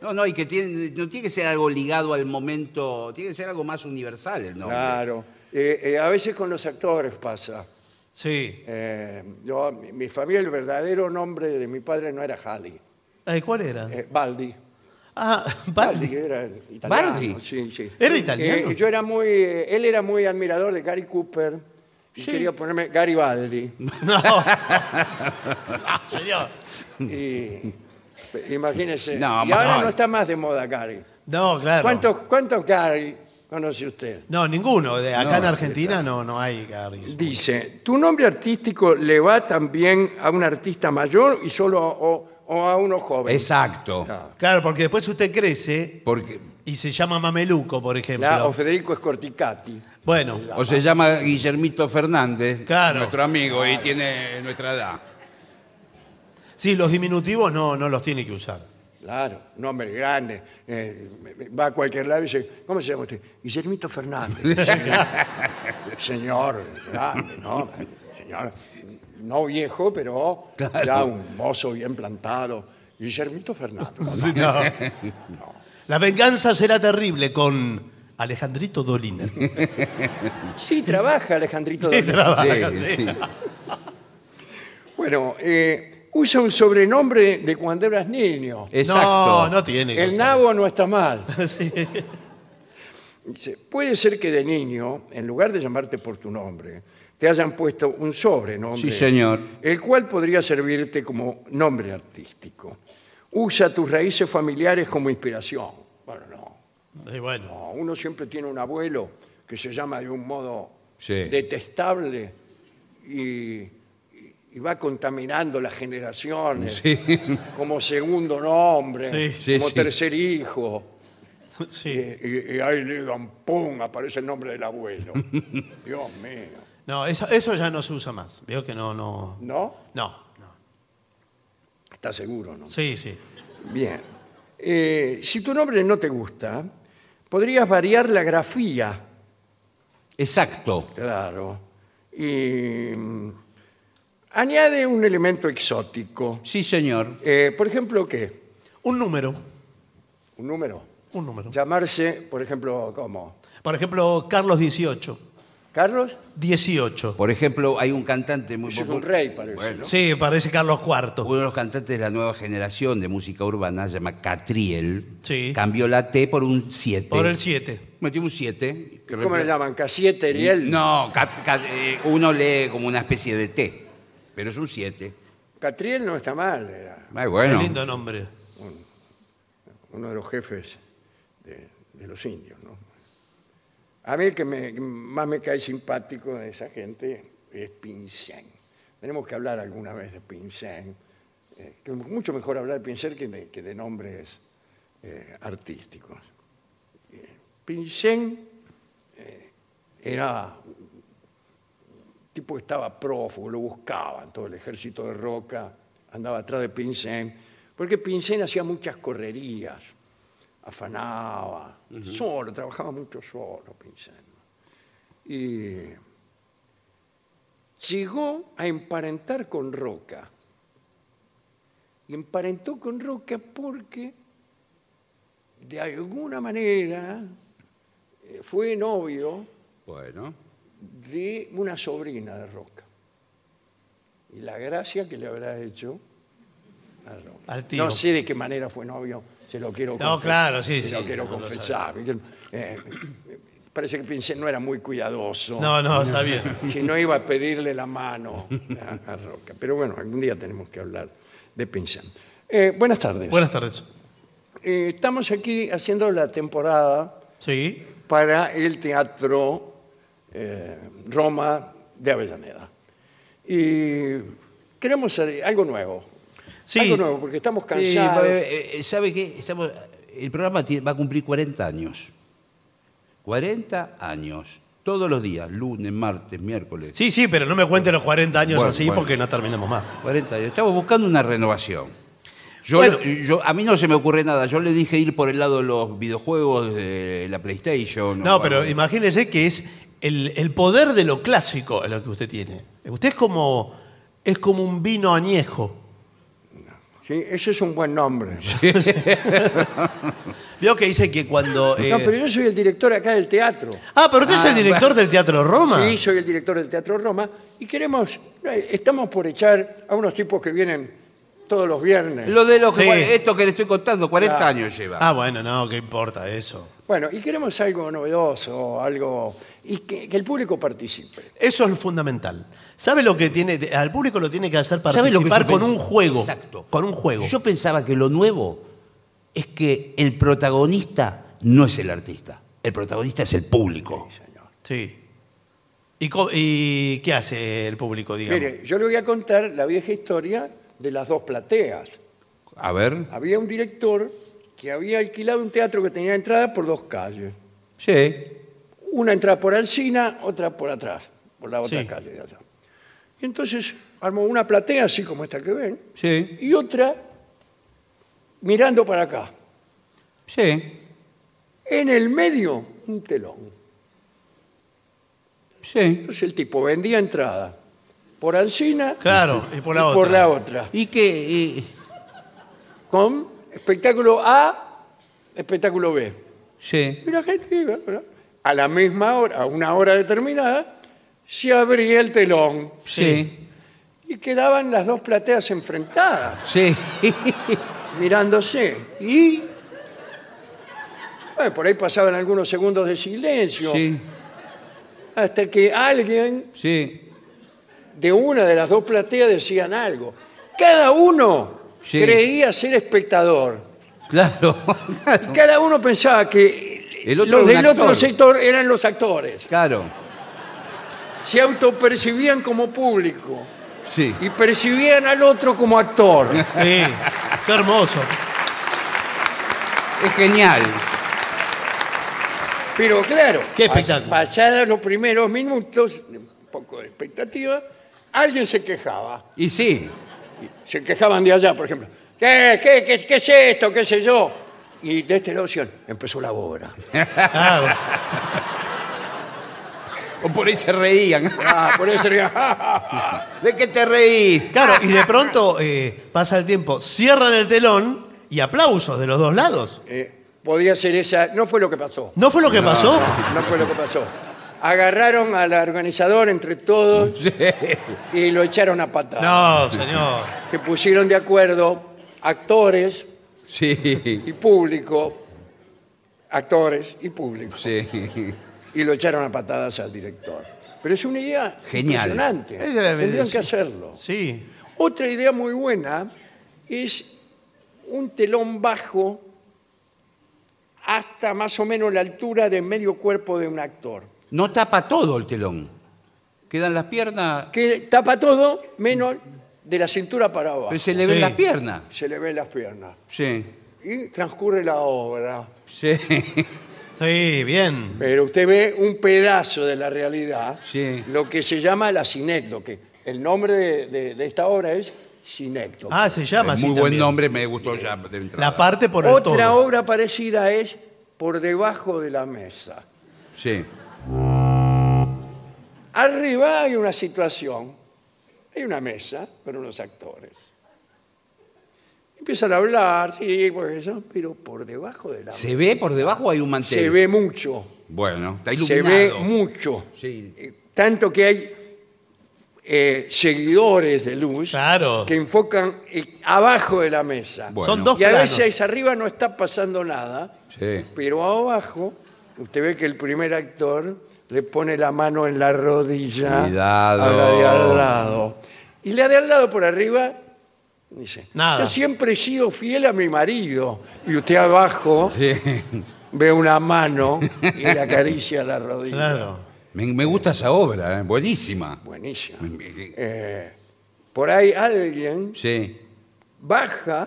Speaker 2: No, no, y que tiene, no tiene que ser algo ligado al momento, tiene que ser algo más universal el nombre.
Speaker 1: Claro. Eh, eh, a veces con los actores pasa.
Speaker 3: Sí.
Speaker 1: Eh, yo, mi, mi familia, el verdadero nombre de mi padre no era Halley,
Speaker 3: Ay, ¿Cuál era?
Speaker 1: eh, Baldi.
Speaker 3: Ah, [laughs] Baldi.
Speaker 1: era italiano.
Speaker 2: Baldi.
Speaker 1: Sí, sí.
Speaker 3: ¿Era italiano?
Speaker 1: Eh, yo era muy, eh, él era muy admirador de Gary Cooper y quería ponerme Garibaldi.
Speaker 3: No. no, señor.
Speaker 1: Y, imagínese.
Speaker 2: No,
Speaker 1: y ahora
Speaker 2: no.
Speaker 1: no está más de moda Gary.
Speaker 3: No, claro.
Speaker 1: ¿Cuántos, cuántos Gary conoce usted?
Speaker 3: No, ninguno. De acá
Speaker 2: No,
Speaker 3: en Argentina no, no hay Garris.
Speaker 1: Dice, ¿tu nombre artístico le va también a un artista mayor y solo o, o a uno joven?
Speaker 2: Exacto.
Speaker 1: Ah,
Speaker 3: Claro, porque después usted crece
Speaker 2: Porque,
Speaker 3: y se llama Mameluco, por ejemplo.
Speaker 1: la- o Federico Escorticati.
Speaker 3: Bueno,
Speaker 2: o se llama Guillermito Fernández,
Speaker 3: Claro.
Speaker 2: nuestro amigo, y tiene nuestra edad.
Speaker 3: sí, los diminutivos no, no los tiene que usar.
Speaker 1: Claro, nombre grande. eh, va a cualquier lado y dice, ¿cómo se llama usted? Guillermito
Speaker 3: [laughs]
Speaker 1: Fernández. señor, grande, ¿no? Señor, no viejo, pero ya un mozo bien plantado. Guillermito Fernández.
Speaker 3: [laughs] La venganza será terrible con Alejandrito Dolina.
Speaker 1: Sí, trabaja Alejandrito.
Speaker 3: [laughs] Sí,
Speaker 1: Dolina.
Speaker 3: trabaja,
Speaker 2: Sí,
Speaker 3: sí.
Speaker 2: sí.
Speaker 1: Bueno, eh, usa un sobrenombre de cuando eras niño.
Speaker 3: Eh,
Speaker 2: Exacto.
Speaker 3: No, no tiene. que
Speaker 1: El
Speaker 3: usar.
Speaker 1: nabo no está
Speaker 2: [laughs]
Speaker 1: mal.
Speaker 3: Sí.
Speaker 1: Dice, puede ser que de niño, en lugar de llamarte por tu nombre, te hayan puesto un sobrenombre.
Speaker 2: Sí, señor.
Speaker 1: El cual podría servirte como nombre artístico. Usa tus raíces familiares como inspiración. Bueno, no.
Speaker 3: Y bueno, [laughs]
Speaker 1: no, Uno siempre tiene un abuelo que se llama de un modo
Speaker 2: Sí.
Speaker 1: detestable y, y va contaminando las generaciones
Speaker 2: Sí.
Speaker 1: como segundo nombre,
Speaker 3: Sí.
Speaker 2: Sí,
Speaker 1: como
Speaker 2: sí.
Speaker 1: tercer hijo.
Speaker 3: sí.
Speaker 1: Y, y ahí le digan, ¡pum! aparece el nombre del abuelo. Dios mío.
Speaker 3: No, eso, eso ya no se usa más. Veo que no, no.
Speaker 1: ¿No?
Speaker 3: No, no.
Speaker 1: Está seguro, ¿no?
Speaker 3: Sí, sí.
Speaker 1: Bien. Eh, si tu nombre no te gusta, podrías variar la grafía,
Speaker 2: [laughs] Exacto.
Speaker 1: claro. Y mm, añade un elemento exótico.
Speaker 2: Sí, señor.
Speaker 1: Eh, por ejemplo, ¿qué?
Speaker 3: Un número.
Speaker 1: Un número.
Speaker 3: Un número.
Speaker 1: Llamarse, por ejemplo, ¿cómo?
Speaker 3: Por ejemplo, Carlos 18.
Speaker 1: ¿Carlos?
Speaker 3: 18.
Speaker 2: Por ejemplo, hay un cantante muy
Speaker 1: Ese es un
Speaker 2: popular-
Speaker 1: rey, parece, ¿no?
Speaker 3: Sí, parece Carlos IV.
Speaker 2: Uno de los cantantes de la nueva generación de música urbana se llama Catriel.
Speaker 3: Sí.
Speaker 2: Cambió la T por un 7.
Speaker 3: Por el 7.
Speaker 2: Metió un 7.
Speaker 1: ¿Cómo le llaman? ¿Casiete, Ariel?
Speaker 2: No, cat- cat- eh, uno lee como una especie de T, pero es un 7.
Speaker 1: Catriel no está mal, era
Speaker 2: Ay,
Speaker 3: Qué
Speaker 2: bueno.
Speaker 3: lindo nombre.
Speaker 1: uno de los jefes de, de los indios. ¿no? A mí el que me- más me cae simpático de esa gente es Pincén. Tenemos que hablar alguna vez de Pincén. eh, que es mucho mejor hablar de Pincén que de, que de nombres eh, artísticos. Eh, Pincén eh, era un tipo que estaba prófugo, lo buscaban, todo el ejército de Roca andaba atrás de Pincén, porque Pincén hacía muchas correrías, afanaba, solo, trabajaba mucho solo Pincén. Y llegó a emparentar con Roca. y emparentó con Roca porque de alguna manera eh, fue novio
Speaker 2: Bueno.
Speaker 1: de una sobrina de Roca. Y la gracia que le habrá hecho a Roca.
Speaker 3: Al tío.
Speaker 1: No sé de qué manera fue novio, se lo quiero
Speaker 3: No, claro, sí,
Speaker 1: se
Speaker 3: sí,
Speaker 1: lo quiero
Speaker 3: no lo
Speaker 1: confesar. Eh, parece que Pincel no era muy cuidadoso.
Speaker 3: No, no, está
Speaker 2: [laughs]
Speaker 3: bien.
Speaker 1: Si no iba a pedirle la mano a, a Roca. Pero bueno, algún día tenemos que hablar de Pincel. Eh, buenas tardes.
Speaker 3: Buenas tardes.
Speaker 1: Eh, estamos aquí haciendo la temporada
Speaker 3: Sí.
Speaker 1: para el Teatro eh, Roma de Avellaneda. Y queremos hacer algo nuevo.
Speaker 3: Sí.
Speaker 1: Algo nuevo, porque estamos
Speaker 2: Sí,
Speaker 1: cansados.
Speaker 2: eh, eh, ¿Sabe qué? Estamos, el programa tiene- va a cumplir 40 años. 40 años. Todos los días, lunes, martes, miércoles.
Speaker 3: Sí, sí, pero no me cuente los 40 años
Speaker 2: Bueno,
Speaker 3: así
Speaker 2: bueno.
Speaker 3: porque no terminamos más.
Speaker 2: 40 años. Estamos buscando una renovación. Yo,
Speaker 3: Bueno.
Speaker 2: yo- a mí no se me ocurre nada. Yo le dije ir por el lado de los videojuegos, de la PlayStation. o
Speaker 3: No, pero
Speaker 2: algo.
Speaker 3: imagínese que es el, el poder de lo clásico lo que usted tiene. Usted es como, es como un vino añejo.
Speaker 1: Sí, ese es un buen nombre.
Speaker 3: Veo que dice que
Speaker 2: [laughs]
Speaker 3: cuando... eh,
Speaker 1: No, pero yo soy el director acá del teatro.
Speaker 3: Ah, pero usted es
Speaker 2: Ah,
Speaker 3: el director del Teatro Roma.
Speaker 1: Sí, soy el director del Teatro Roma y queremos, eh, estamos por echar a unos tipos que vienen todos los viernes.
Speaker 2: Lo de los
Speaker 3: Sí.
Speaker 2: esto que le estoy contando, 40
Speaker 1: Claro.
Speaker 2: años lleva.
Speaker 3: Ah, bueno, no, ¿qué importa eso?
Speaker 1: Bueno, y queremos algo novedoso, algo... Y que, que el público participe.
Speaker 3: Eso es lo fundamental. ¿Sabe lo que tiene? Al público lo tiene que hacer
Speaker 2: ¿Sabe lo que yo
Speaker 3: participar con
Speaker 2: pensé?
Speaker 3: un juego.
Speaker 2: Exacto.
Speaker 3: Con un juego.
Speaker 2: Yo pensaba que lo nuevo es que el protagonista no es el artista. El protagonista es el público.
Speaker 3: Sí. ¿Y, co- y qué hace el público, digamos?
Speaker 1: Mire, yo le voy a contar la vieja historia de las dos plateas.
Speaker 2: A ver.
Speaker 1: Había un director que había alquilado un teatro que tenía entrada por dos calles.
Speaker 2: Sí.
Speaker 1: Una entrada por Alcina, otra por atrás, por la otra
Speaker 3: Sí.
Speaker 1: calle de allá. Y entonces armó una platea así como esta que ven
Speaker 2: Sí.
Speaker 1: y otra mirando para acá.
Speaker 2: Sí.
Speaker 1: En el medio, un telón.
Speaker 2: Sí.
Speaker 1: Entonces el tipo vendía entrada por Alcina
Speaker 3: Claro, y por la
Speaker 1: y
Speaker 3: otra.
Speaker 1: por la otra.
Speaker 2: Y que. y-
Speaker 1: Con espectáculo A, espectáculo B.
Speaker 2: sí.
Speaker 1: Y la gente iba, ¿verdad? a la misma hora, a una hora determinada, se abría el telón
Speaker 2: Sí.
Speaker 1: y quedaban las dos plateas enfrentadas,
Speaker 2: Sí. [laughs]
Speaker 1: mirándose.
Speaker 2: y.
Speaker 1: Bueno, por ahí pasaban algunos segundos de silencio
Speaker 2: Sí.
Speaker 1: hasta que alguien
Speaker 2: Sí.
Speaker 1: de una de las dos plateas decían algo. Cada uno
Speaker 2: Sí.
Speaker 1: creía ser espectador.
Speaker 2: Claro. [laughs]
Speaker 1: Y cada uno pensaba que
Speaker 2: El otro
Speaker 1: los
Speaker 2: era un
Speaker 1: del otro
Speaker 2: actor.
Speaker 1: sector eran los actores.
Speaker 2: claro.
Speaker 1: Se autopercibían como público
Speaker 2: Sí.
Speaker 1: y percibían al otro como
Speaker 3: [laughs]
Speaker 1: actor.
Speaker 3: Sí. Qué hermoso.
Speaker 2: Es genial.
Speaker 1: Pero claro,
Speaker 3: Qué
Speaker 1: pas-
Speaker 3: espectáculo.
Speaker 1: pasados los primeros minutos, un poco de expectativa, alguien se quejaba.
Speaker 2: Y sí.
Speaker 1: Se quejaban de allá, por ejemplo. ¿Qué, qué, qué, qué es esto? ¿Qué sé yo? Y de este loción empezó la obra. [laughs]
Speaker 3: Ah, bueno.
Speaker 2: O por ahí se reían. [laughs]
Speaker 1: Ah, por eso sería...
Speaker 2: ¿De qué te reís? [laughs]
Speaker 3: Claro, y de pronto eh, pasa el tiempo, cierran el telón y aplausos de los dos lados.
Speaker 1: [laughs] Eh, podía ser esa. No fue lo que pasó.
Speaker 3: ¿No fue lo que pasó?
Speaker 1: No fue lo que pasó. Agarraron al organizador entre todos y lo echaron a patadas.
Speaker 3: No, señor.
Speaker 1: Que pusieron de acuerdo actores
Speaker 2: Sí.
Speaker 1: y público. Actores y público.
Speaker 2: Sí.
Speaker 1: Y lo echaron a patadas al director. Pero es una idea
Speaker 2: Genial.
Speaker 1: impresionante.
Speaker 3: Es de la-
Speaker 1: Tendrían
Speaker 3: sí.
Speaker 1: que hacerlo.
Speaker 3: Sí.
Speaker 1: Otra idea muy buena es un telón bajo hasta más o menos la altura de medio cuerpo de un actor,
Speaker 2: No tapa todo el telón. Quedan las piernas.
Speaker 1: que tapa todo menos de la cintura para abajo.
Speaker 2: Pero se le ven
Speaker 3: Sí.
Speaker 2: las piernas.
Speaker 1: Se le ven las piernas.
Speaker 2: Sí.
Speaker 1: Y transcurre la obra,
Speaker 3: [laughs]
Speaker 2: Sí.
Speaker 3: Sí, bien.
Speaker 1: pero usted ve un pedazo de la realidad,
Speaker 2: Sí.
Speaker 1: lo que se llama la sinécdoque. el nombre de, de- de esta obra es sinécdoque.
Speaker 3: Ah, se llama
Speaker 2: Es
Speaker 3: así
Speaker 2: muy buen
Speaker 3: también.
Speaker 2: nombre, me gustó ya de entrada.
Speaker 3: La parte por el
Speaker 1: Otra
Speaker 3: todo.
Speaker 1: obra parecida es Por debajo de la mesa.
Speaker 2: Sí.
Speaker 1: Arriba hay una situación, hay una mesa con unos actores. Empiezan a hablar, sí, porque eso, pero por debajo del agua.
Speaker 2: ¿Se ve por debajo hay un mantel?
Speaker 1: Se ve mucho.
Speaker 2: Bueno, está
Speaker 1: Se
Speaker 2: iluminado.
Speaker 1: ve mucho.
Speaker 2: Sí.
Speaker 1: Eh, Tanto que hay eh, seguidores de luz
Speaker 3: Claro.
Speaker 1: que enfocan eh, abajo de la mesa.
Speaker 2: Bueno.
Speaker 3: Son dos
Speaker 1: y a
Speaker 3: planos.
Speaker 1: veces arriba no está pasando nada,
Speaker 2: Sí.
Speaker 1: pero abajo usted ve que el primer actor le pone la mano en la rodilla
Speaker 2: Cuidado.
Speaker 1: a la de al lado. Y la de al lado por arriba dice,
Speaker 3: Nada.
Speaker 1: yo siempre he sido fiel a mi marido. Y usted abajo
Speaker 2: Sí.
Speaker 1: ve una mano y le acaricia la rodilla.
Speaker 3: Claro.
Speaker 2: Me, me gusta esa obra, ¿eh? buenísima.
Speaker 1: Buenísimo.
Speaker 2: Eh,
Speaker 1: Eh, por ahí alguien
Speaker 2: Sí.
Speaker 1: baja,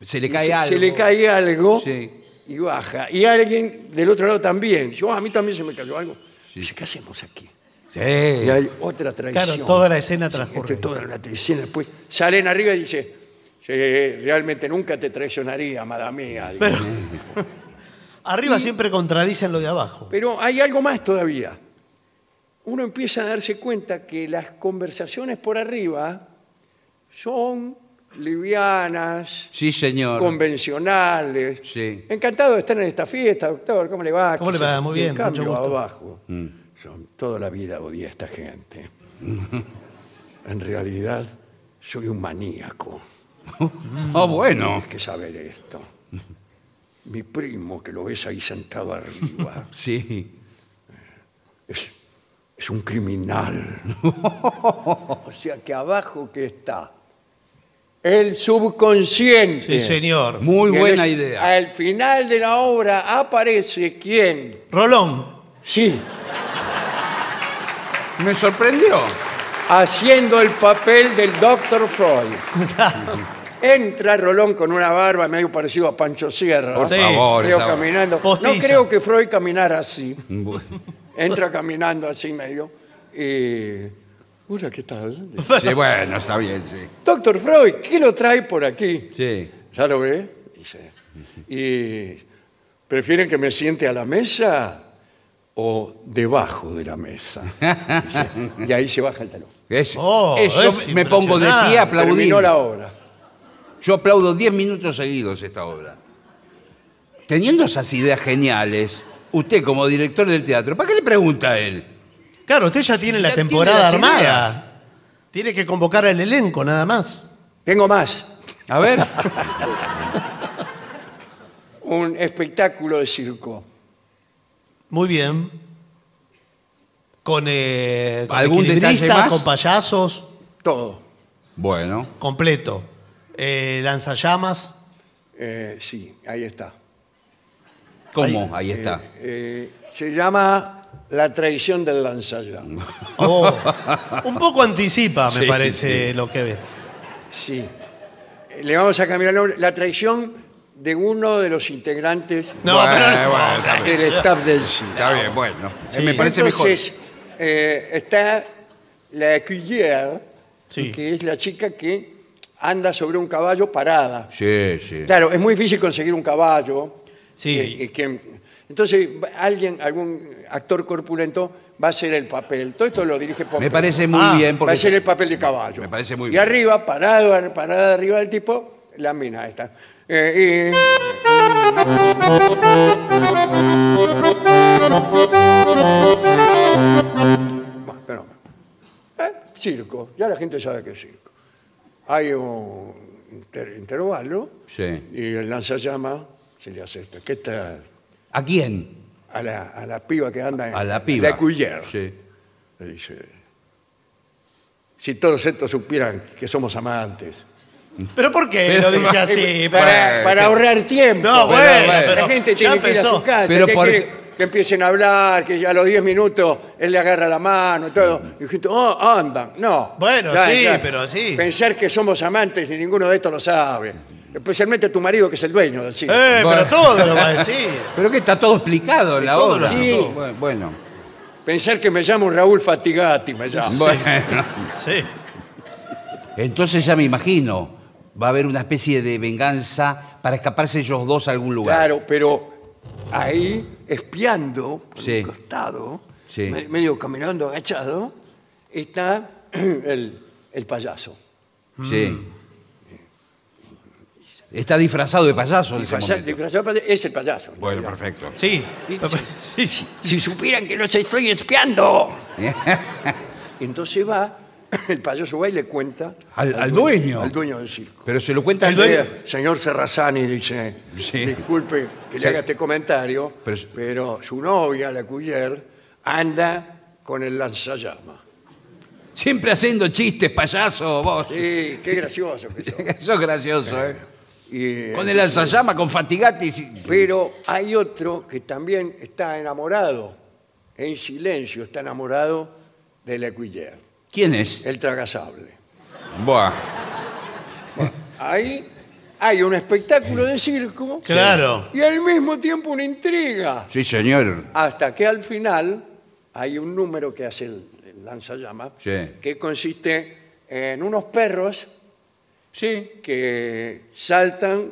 Speaker 2: Se le
Speaker 1: y
Speaker 2: cae
Speaker 1: se,
Speaker 2: algo.
Speaker 1: se le cae algo
Speaker 2: Sí.
Speaker 1: y baja. Y alguien del otro lado también. Yo, a mí también se me cayó algo. Dice, ¿qué hacemos aquí? Y
Speaker 2: Sí.
Speaker 1: hay otra traición.
Speaker 3: Claro, toda la escena
Speaker 1: Sí,
Speaker 3: transcurre.
Speaker 1: este, toda la traición. Después salen arriba y dice, "Sí, realmente nunca te traicionaría, amada mía. Digo. Pero,
Speaker 3: Arriba siempre contradicen lo de abajo.
Speaker 1: hay algo más todavía. Uno empieza a darse cuenta que las conversaciones por arriba son livianas,
Speaker 2: Sí, señor.
Speaker 1: convencionales.
Speaker 2: Sí.
Speaker 1: Encantado de estar en esta fiesta, doctor. ¿Cómo le va?
Speaker 3: ¿Cómo le va? Muy
Speaker 1: Y en
Speaker 3: bien,
Speaker 1: cambio,
Speaker 3: mucho gusto.
Speaker 1: abajo. Yo toda la vida odié a esta gente. en realidad, soy un maníaco.
Speaker 2: Oh, bueno.
Speaker 1: Tienes que saber esto. Mi primo, que lo ves ahí sentado arriba,
Speaker 2: Sí.
Speaker 1: es, es un criminal. [laughs] o sea que abajo que está el subconsciente.
Speaker 3: Sí, señor.
Speaker 2: Muy
Speaker 1: Y
Speaker 2: buena
Speaker 1: en el-
Speaker 2: idea.
Speaker 1: Al final de la obra aparece quién.
Speaker 3: Rolón.
Speaker 1: Sí,
Speaker 2: Me sorprendió.
Speaker 1: haciendo el papel del Dr. Freud.
Speaker 2: [laughs]
Speaker 1: Entra Rolón con una barba medio parecido a Pancho Sierra.
Speaker 2: Por
Speaker 3: Sí.
Speaker 2: favor.
Speaker 1: Creo
Speaker 2: esa-
Speaker 1: caminando. No
Speaker 3: Postiza.
Speaker 1: creo que Freud caminara así.
Speaker 2: Bueno.
Speaker 1: Entra caminando así medio. Y. Hola, ¿qué tal?
Speaker 2: Sí, bueno, está bien, sí.
Speaker 1: Doctor Freud, ¿qué lo trae por aquí? [laughs]
Speaker 2: Sí.
Speaker 1: ¿Ya lo ve? Dice. ¿Y prefieren que me siente a la mesa o debajo de la mesa? Dice. Y ahí se baja el talón.
Speaker 2: Eso,
Speaker 3: Oh,
Speaker 2: Eso
Speaker 3: es
Speaker 2: me pongo de pie a
Speaker 3: impresionante.
Speaker 2: aplaudir.
Speaker 1: Terminó la obra.
Speaker 2: Yo aplaudo 10 minutos seguidos esta obra. Teniendo esas ideas geniales, usted como director del teatro, ¿para qué le pregunta a él?
Speaker 3: Claro, usted ya tiene
Speaker 2: Ya
Speaker 3: la
Speaker 2: tiene
Speaker 3: temporada
Speaker 2: las
Speaker 3: armada. Tiene que convocar al elenco nada más.
Speaker 1: Tengo más.
Speaker 2: A ver.
Speaker 3: [laughs]
Speaker 1: Un espectáculo de circo.
Speaker 3: Muy bien. Con, eh, con
Speaker 2: ¿Algún
Speaker 3: equilibrista,
Speaker 2: detalle más?
Speaker 3: con payasos,
Speaker 1: Todo.
Speaker 2: Bueno,
Speaker 3: completo. Eh, lanzallamas.
Speaker 2: [laughs]
Speaker 1: Eh, sí, ahí está.
Speaker 2: ¿cómo? Ahí está.
Speaker 1: Eh, se llama La traición del lanzallamas.
Speaker 3: [laughs] Oh, un poco anticipa, me
Speaker 2: Sí,
Speaker 3: parece, lo que ve.
Speaker 1: Sí. Eh, Le vamos a cambiar el nombre. La traición de uno de los integrantes
Speaker 3: No,
Speaker 2: Bueno,
Speaker 3: pero-
Speaker 2: bueno, está bien.
Speaker 1: del staff del cine.
Speaker 2: Está bien, bueno.
Speaker 3: Sí.
Speaker 2: Eh, Me parece
Speaker 1: Entonces, eh, está la cuillère,
Speaker 3: Sí.
Speaker 1: que es la chica que anda sobre un caballo parada.
Speaker 2: mejor. Sí, sí.
Speaker 1: Claro, es muy difícil conseguir un caballo.
Speaker 3: Sí.
Speaker 1: Eh, eh, que- entonces, va- alguien, algún actor corpulento va a hacer el papel. Todo esto lo dirige Pompeo.
Speaker 2: Me parece muy
Speaker 3: Ah,
Speaker 2: bien
Speaker 1: Va a ser
Speaker 2: porque
Speaker 1: el papel de caballo.
Speaker 2: Me parece muy
Speaker 1: y
Speaker 2: bien.
Speaker 1: arriba, parado, ar- parada arriba del tipo, la mina esta. Eh, y- Bueno, pero- eh, circo, ya la gente sabe que es circo. Hay un inter- intervalo
Speaker 2: Sí.
Speaker 1: y el lanzallamas se le hace esto. ¿Qué está?
Speaker 2: ¿A quién?
Speaker 1: A la, a la piba que anda en
Speaker 2: A la piba.
Speaker 1: cuillera.
Speaker 2: Sí.
Speaker 3: Eh,
Speaker 1: Le dice, si todos estos supieran que somos amantes. Eh,
Speaker 3: ¿Pero por qué lo dice así?
Speaker 1: Para,
Speaker 2: bueno,
Speaker 1: para
Speaker 2: que-
Speaker 1: ahorrar tiempo.
Speaker 3: Ah, No, bueno,
Speaker 2: pero
Speaker 1: la gente
Speaker 3: ya
Speaker 1: tiene que ir a
Speaker 3: empezó.
Speaker 1: su casa.
Speaker 2: Pero
Speaker 1: que,
Speaker 2: por-
Speaker 1: quiere que empiecen a hablar, que ya a los 10 minutos él le agarra la mano y todo. Y la gente, oh, andan. No.
Speaker 3: Bueno, sí, pero sí.
Speaker 1: Pensar que somos amantes y ninguno de estos lo sabe. Especialmente tu marido, que es el dueño del cine.
Speaker 3: Eh,
Speaker 2: Bueno.
Speaker 3: pero todo lo
Speaker 2: [laughs]
Speaker 3: va a decir.
Speaker 2: Pero que está todo explicado en la
Speaker 3: todo
Speaker 2: obra.
Speaker 3: lo-
Speaker 1: Sí.
Speaker 2: Bu- Bueno.
Speaker 1: Pensar que me llamo Raúl Fatigati, me llamo.
Speaker 2: Bueno.
Speaker 3: Sí.
Speaker 2: Entonces ya me imagino, va a haber una especie de venganza para escaparse ellos dos a algún lugar.
Speaker 1: Claro, pero ahí espiando por
Speaker 2: Sí.
Speaker 1: el costado,
Speaker 2: Sí.
Speaker 1: me- medio caminando agachado, está [clears throat] el, el payaso.
Speaker 2: Sí. Está disfrazado de payaso en ese
Speaker 1: Disfraza-
Speaker 2: momento.
Speaker 1: disfrazado de payaso, es el payaso.
Speaker 2: Bueno, perfecto. [laughs]
Speaker 3: Sí.
Speaker 1: Sí,
Speaker 3: Sí, sí.
Speaker 1: Si supieran que los estoy espiando. Entonces va, [clears throat] el payaso va y le cuenta
Speaker 2: Al- al dueño.
Speaker 1: Al dueño del circo.
Speaker 2: Pero se lo cuenta al
Speaker 1: Sí,
Speaker 2: dueño.
Speaker 1: Señor Serrazani dice,
Speaker 2: Sí.
Speaker 1: disculpe que
Speaker 2: Sí.
Speaker 1: le haga este comentario,
Speaker 2: Pero
Speaker 1: pero,
Speaker 2: es-
Speaker 1: su novia, la Cuyer, anda con el lanzallamas.
Speaker 2: Siempre haciendo chistes, payaso, vos. [laughs]
Speaker 1: Sí, qué gracioso. que son.
Speaker 2: Eso es gracioso, ¿eh?
Speaker 1: Y, eh,
Speaker 2: Con el lanzallama, con fatigati. sí.
Speaker 1: Pero hay otro que también está enamorado, en silencio está enamorado de la Cuyer,
Speaker 2: ¿Quién es?
Speaker 1: el tragasable.
Speaker 2: Buah.
Speaker 1: Ahí hay un espectáculo de circo
Speaker 3: Claro.
Speaker 1: y al mismo tiempo una intriga.
Speaker 2: Sí, señor.
Speaker 1: hasta que al final hay un número que hace el, el lanzallamas
Speaker 2: Sí.
Speaker 1: que consiste en unos perros
Speaker 2: Sí.
Speaker 1: que saltan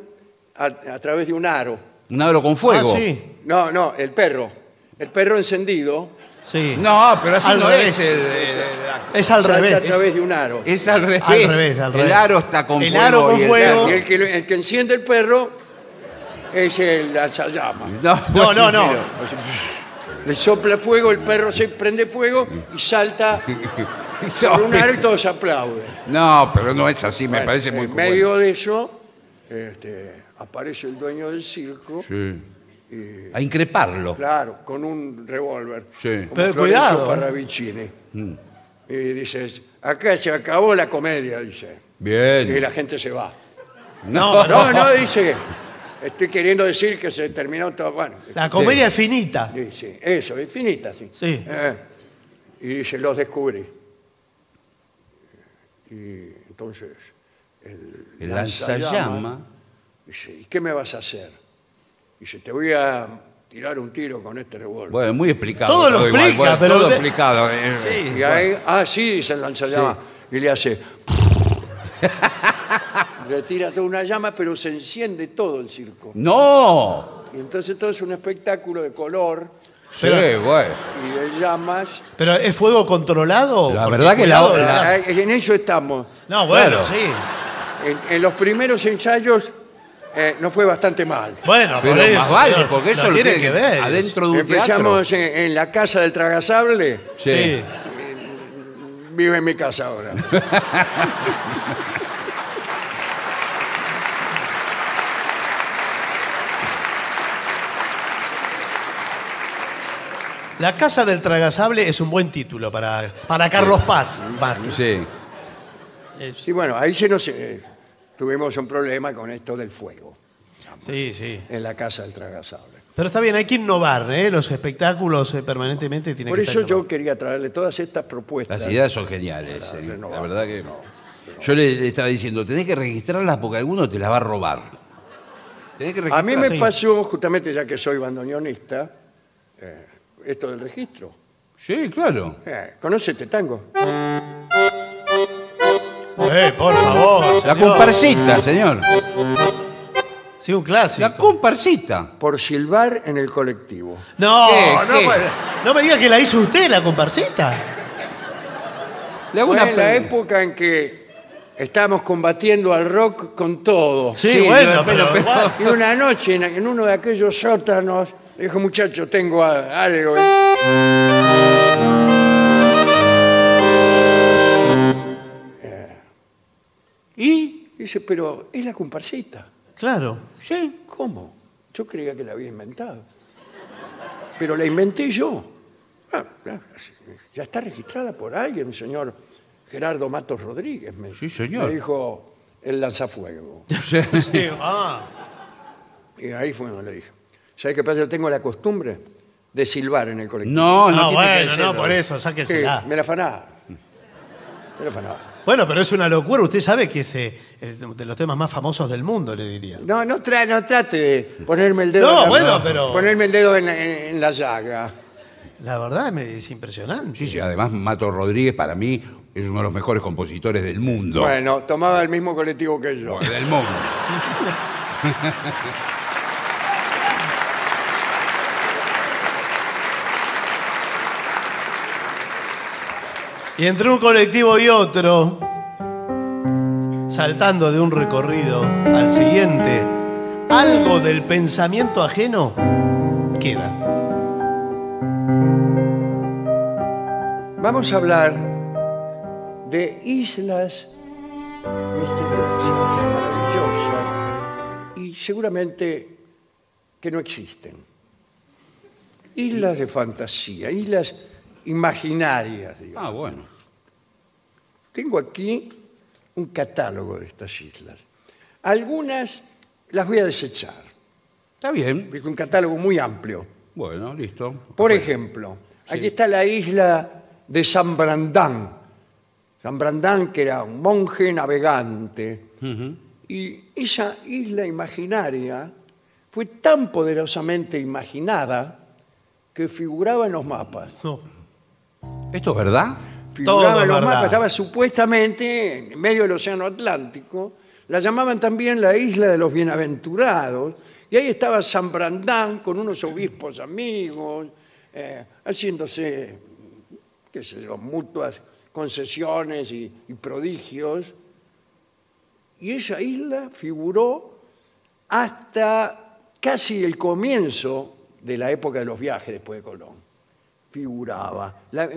Speaker 1: a, a través de un aro.
Speaker 2: Un aro con fuego.
Speaker 3: Ah, sí.
Speaker 1: No, no, el perro. El perro encendido
Speaker 3: Sí.
Speaker 2: No, pero así
Speaker 3: Al
Speaker 2: no
Speaker 3: revés.
Speaker 2: es el- el- el- la-
Speaker 3: Es al
Speaker 1: salta a
Speaker 3: revés.
Speaker 1: través de un aro.
Speaker 2: Es al revés.
Speaker 3: Al revés, al
Speaker 2: El
Speaker 3: revés.
Speaker 2: aro está con
Speaker 3: El
Speaker 2: fuego.
Speaker 3: aro con
Speaker 2: y
Speaker 3: fuego.
Speaker 1: Y el que, lo- el que enciende el perro es el lanzallamas.
Speaker 2: No,
Speaker 3: No,
Speaker 2: [laughs]
Speaker 3: no, no.
Speaker 2: pero-
Speaker 1: Le sopla fuego, el perro se prende fuego y salta por un aro y todos aplauden.
Speaker 2: No, pero no es así, me
Speaker 1: Bueno,
Speaker 2: parece muy
Speaker 1: En
Speaker 2: cruel.
Speaker 1: medio de eso, este, aparece el dueño del circo,
Speaker 2: Sí. A increparlo.
Speaker 1: Eh, claro, con un revólver.
Speaker 2: Sí. Mm.
Speaker 1: como
Speaker 3: Pero
Speaker 1: Florencio
Speaker 3: cuidado, ¿eh?
Speaker 1: Parravicini. Y dices, acá se acabó la comedia, dice. Y
Speaker 2: Bien.
Speaker 1: la gente se va.
Speaker 2: No, [laughs]
Speaker 1: No, no, dice. Estoy queriendo decir que se terminó todo. Bueno,
Speaker 3: La comedia es finita.
Speaker 1: dice, eso, es finita, sí.
Speaker 3: Sí.
Speaker 1: Eh, y dice, los descubrí. Y entonces, el,
Speaker 2: El lanzallama.
Speaker 1: Dice, ¿y qué me vas a hacer? Dice, te voy a tirar un tiro con este revólver.
Speaker 2: Bueno, muy explicado.
Speaker 3: Todo lo
Speaker 2: igual,
Speaker 3: explica,
Speaker 2: bueno,
Speaker 3: pero
Speaker 2: Todo
Speaker 3: usted-
Speaker 2: explicado. eh.
Speaker 3: Sí.
Speaker 1: y ahí, ah, sí, dice el lanzallamas. Y le hace... [laughs] le tira toda una llama, pero se enciende todo el circo.
Speaker 2: No.
Speaker 1: Y entonces todo es un espectáculo de color
Speaker 2: sí,
Speaker 3: Pero-
Speaker 2: bueno.
Speaker 1: y de llamas.
Speaker 3: Pero ¿es fuego controlado?
Speaker 2: La
Speaker 3: Porque
Speaker 2: verdad que la-
Speaker 3: cuidado,
Speaker 2: la-
Speaker 1: Ah, En eso estamos.
Speaker 3: No, bueno,
Speaker 2: Claro.
Speaker 3: sí.
Speaker 1: En, en los primeros ensayos eh, no fue bastante mal.
Speaker 3: Bueno,
Speaker 2: Pero
Speaker 3: por eso,
Speaker 2: más vale,
Speaker 3: señor,
Speaker 2: porque
Speaker 3: lo
Speaker 2: eso lo
Speaker 3: tiene
Speaker 2: tiene
Speaker 3: que ver.
Speaker 2: Adentro de un teatro.
Speaker 1: Empezamos en, en la casa del tragasable.
Speaker 3: Sí.
Speaker 2: Sí.
Speaker 1: Vive en mi casa
Speaker 2: [laughs]
Speaker 1: ahora.
Speaker 3: La casa del tragasable es un buen título para, para Carlos Paz. Eh, más que-
Speaker 2: Sí.
Speaker 3: es-
Speaker 1: Sí, bueno, ahí se nos eh, tuvimos un problema con esto del fuego
Speaker 3: Sí, sí.
Speaker 1: en la casa del tragasable.
Speaker 3: Pero está bien, hay que innovar, ¿eh? Los espectáculos eh, permanentemente tienen
Speaker 1: Por
Speaker 3: que
Speaker 1: eso
Speaker 3: estar
Speaker 1: yo quería traerle todas estas propuestas.
Speaker 2: Las ideas son geniales.
Speaker 1: Para
Speaker 2: eh. La
Speaker 1: renovar.
Speaker 2: verdad que. Yo le, le estaba diciendo, tenés que registrarlas porque alguno te las va a robar. Tenés que
Speaker 1: A mí me
Speaker 2: registrarlas.
Speaker 1: pasó, justamente ya que soy bandoneonista, eh, esto del registro.
Speaker 2: Sí, claro.
Speaker 1: Eh, ¿Conoce este tango?
Speaker 3: Eh,
Speaker 1: [laughs]
Speaker 3: por favor.
Speaker 2: La
Speaker 3: señor.
Speaker 2: comparsita, señor.
Speaker 3: Sí, un clásico.
Speaker 2: La comparsita.
Speaker 1: Por silbar en el colectivo.
Speaker 3: No,
Speaker 2: ¿Qué?
Speaker 3: no,
Speaker 2: ¿Qué?
Speaker 3: puede- no me diga que la hizo usted, la comparsita.
Speaker 2: Le hago
Speaker 1: Fue
Speaker 2: una
Speaker 1: en la
Speaker 2: pregunta.
Speaker 1: época en que estábamos combatiendo al rock con todo.
Speaker 3: Sí,
Speaker 2: Sí,
Speaker 3: bueno,
Speaker 2: no,
Speaker 3: pero,
Speaker 2: pero-
Speaker 3: igual-
Speaker 1: Y una noche en, en uno de aquellos sótanos, dijo, muchacho, tengo a- algo.
Speaker 2: ¿Y?
Speaker 1: Eh. Dice, pero es la comparsita.
Speaker 3: Claro.
Speaker 1: Sí. ¿Cómo? Yo creía que la había inventado. Pero la inventé yo. Ah, ah, ya está registrada por alguien, señor Gerardo Matos Rodríguez. Me,
Speaker 2: Sí, señor.
Speaker 1: me dijo el lanzafuego.
Speaker 3: Sí, ah.
Speaker 1: y ahí fue donde le dije. ¿Sabes qué pasa? Yo tengo la costumbre de silbar en el colectivo.
Speaker 2: No, no,
Speaker 3: No,
Speaker 2: tiene que
Speaker 3: bueno, no,
Speaker 2: hacerlo.
Speaker 3: por eso,
Speaker 1: Sí,
Speaker 3: sáquesela.
Speaker 1: me la afanaba. Me la afanaba.
Speaker 3: Bueno, pero es una locura. Usted sabe que es eh, es de los temas más famosos del mundo, le diría.
Speaker 1: No, no, tra- no trate de ponerme el dedo,
Speaker 3: No,
Speaker 1: en, la,
Speaker 3: bueno, pero-
Speaker 1: ponerme el dedo en, la- en la llaga.
Speaker 3: La verdad me- es impresionante.
Speaker 2: Sí, sí, además Mato Rodríguez para mí es uno de los mejores compositores del mundo.
Speaker 1: Bueno, tomaba el mismo colectivo que yo.
Speaker 2: Bueno, Del mundo.
Speaker 3: Y entre un colectivo y otro saltando de un recorrido al siguiente, algo del pensamiento ajeno queda.
Speaker 1: Vamos a hablar de islas misteriosas, maravillosas y seguramente que no existen. Islas de fantasía, islas imaginarias, digamos.
Speaker 2: Ah, bueno.
Speaker 1: Tengo aquí un catálogo de estas islas. Algunas las voy a desechar,
Speaker 2: Está bien.
Speaker 1: porque es un catálogo muy amplio.
Speaker 2: Bueno, listo.
Speaker 1: Por
Speaker 2: Bueno.
Speaker 1: ejemplo, aquí está la isla de San Brandán. San Brandán, que era un monje navegante.
Speaker 2: Ujú.
Speaker 1: Y esa isla imaginaria fue tan poderosamente imaginada que figuraba en los mapas.
Speaker 3: No.
Speaker 2: ¿Esto es verdad?
Speaker 1: Figuraba
Speaker 3: Todo
Speaker 1: en los
Speaker 3: verdad.
Speaker 1: mapas, estaba supuestamente en medio del Océano Atlántico. La llamaban también la isla de los bienaventurados. Y ahí estaba San Brandán con unos obispos amigos, eh, haciéndose, qué sé yo, mutuas concesiones y- y prodigios. Y esa isla figuró hasta casi el comienzo de la época de los viajes después de Colón. Figuraba. La-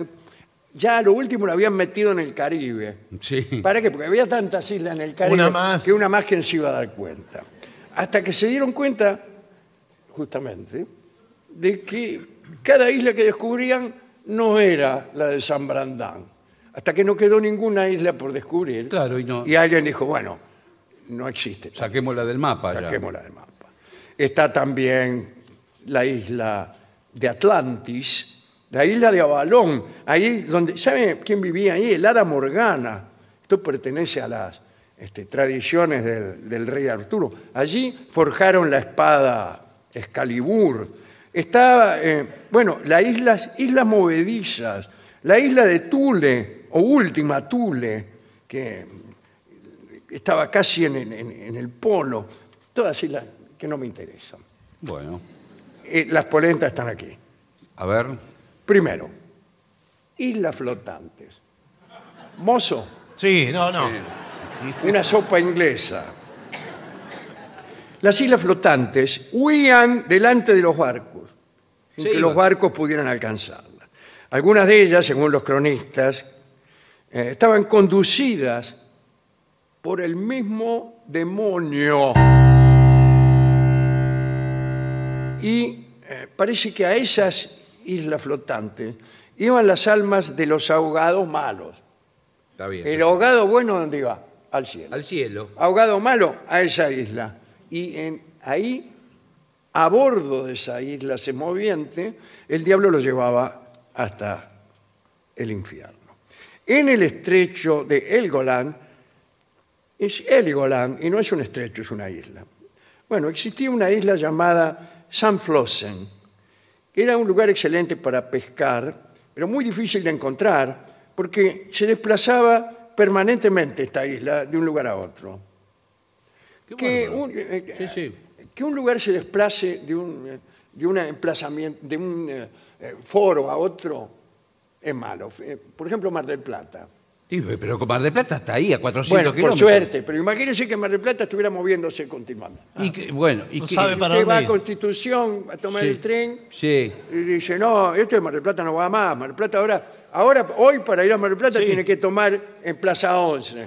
Speaker 1: ya a lo último la habían metido en el Caribe.
Speaker 2: Sí.
Speaker 1: ¿Para qué? Porque había tantas islas en el Caribe
Speaker 3: Una más.
Speaker 1: que una más que se iba a dar cuenta. Hasta que se dieron cuenta, justamente, de que cada isla que descubrían no era la de San Brandán. Hasta que no quedó ninguna isla por descubrir.
Speaker 2: Claro, y no-
Speaker 1: Y alguien dijo, bueno, no existe.
Speaker 2: Saquémosla del mapa ya.
Speaker 1: Saquémosla del mapa. Está también la isla de Atlantis, la isla de Avalón, ahí donde, ¿sabe quién vivía ahí? El hada Morgana. Esto pertenece a las este, tradiciones del, del rey Arturo. Allí forjaron la espada Excalibur. Está, eh, bueno, las islas, islas movedizas, la isla de Tule, o última Tule, que estaba casi en, en- en- en el polo. Todas islas que no me interesan.
Speaker 2: Bueno.
Speaker 1: Eh, las polentas están aquí.
Speaker 2: A ver.
Speaker 1: Primero, islas flotantes. Mozo,
Speaker 3: Sí, no, no.
Speaker 1: una sopa inglesa. Las islas flotantes huían delante de los barcos, sin
Speaker 2: Sí.
Speaker 1: que los barcos pudieran alcanzarlas. Algunas de ellas, según los cronistas, eh, estaban conducidas por el mismo demonio. Y eh, parece que a esas islas flotantes iban las almas de los ahogados malos.
Speaker 2: Está bien.
Speaker 1: El ahogado bueno, ¿dónde iba? Al cielo.
Speaker 2: Al cielo.
Speaker 1: Ahogado malo, a esa isla. Y en- ahí, a bordo de esa isla se moviente, el diablo lo llevaba hasta el infierno. En el estrecho de El Golán, es El Golán, y no es un estrecho, es una isla. Bueno, existía una isla llamada San Flossen, que era un lugar excelente para pescar, pero muy difícil de encontrar, porque se desplazaba permanentemente esta isla de un lugar a otro.
Speaker 2: Qué
Speaker 1: Que
Speaker 2: bárbaro.
Speaker 1: un, eh,
Speaker 2: Sí, sí.
Speaker 1: que un lugar se desplace de un, eh, de un emplazamiento, de un eh, eh, foro a otro, es malo. Eh, Por ejemplo, Mar del Plata.
Speaker 2: Sí, pero Mar del Plata está ahí, a 400
Speaker 1: Bueno, por
Speaker 2: kilómetros.
Speaker 1: suerte, pero imagínense que Mar del Plata estuviera moviéndose continuamente.
Speaker 2: Y que- bueno, y
Speaker 3: No
Speaker 2: que- [laughs]
Speaker 3: sabe para
Speaker 1: Usted va
Speaker 3: dónde
Speaker 1: a
Speaker 3: ir.
Speaker 1: Constitución a tomar
Speaker 2: Sí.
Speaker 1: el tren
Speaker 2: Sí.
Speaker 1: y dice, no, esto de Mar del Plata no va más, Mar del Plata ahora, ahora hoy para ir a Mar del Plata
Speaker 3: Sí.
Speaker 1: tiene que tomar en Plaza
Speaker 3: [laughs]
Speaker 1: 11.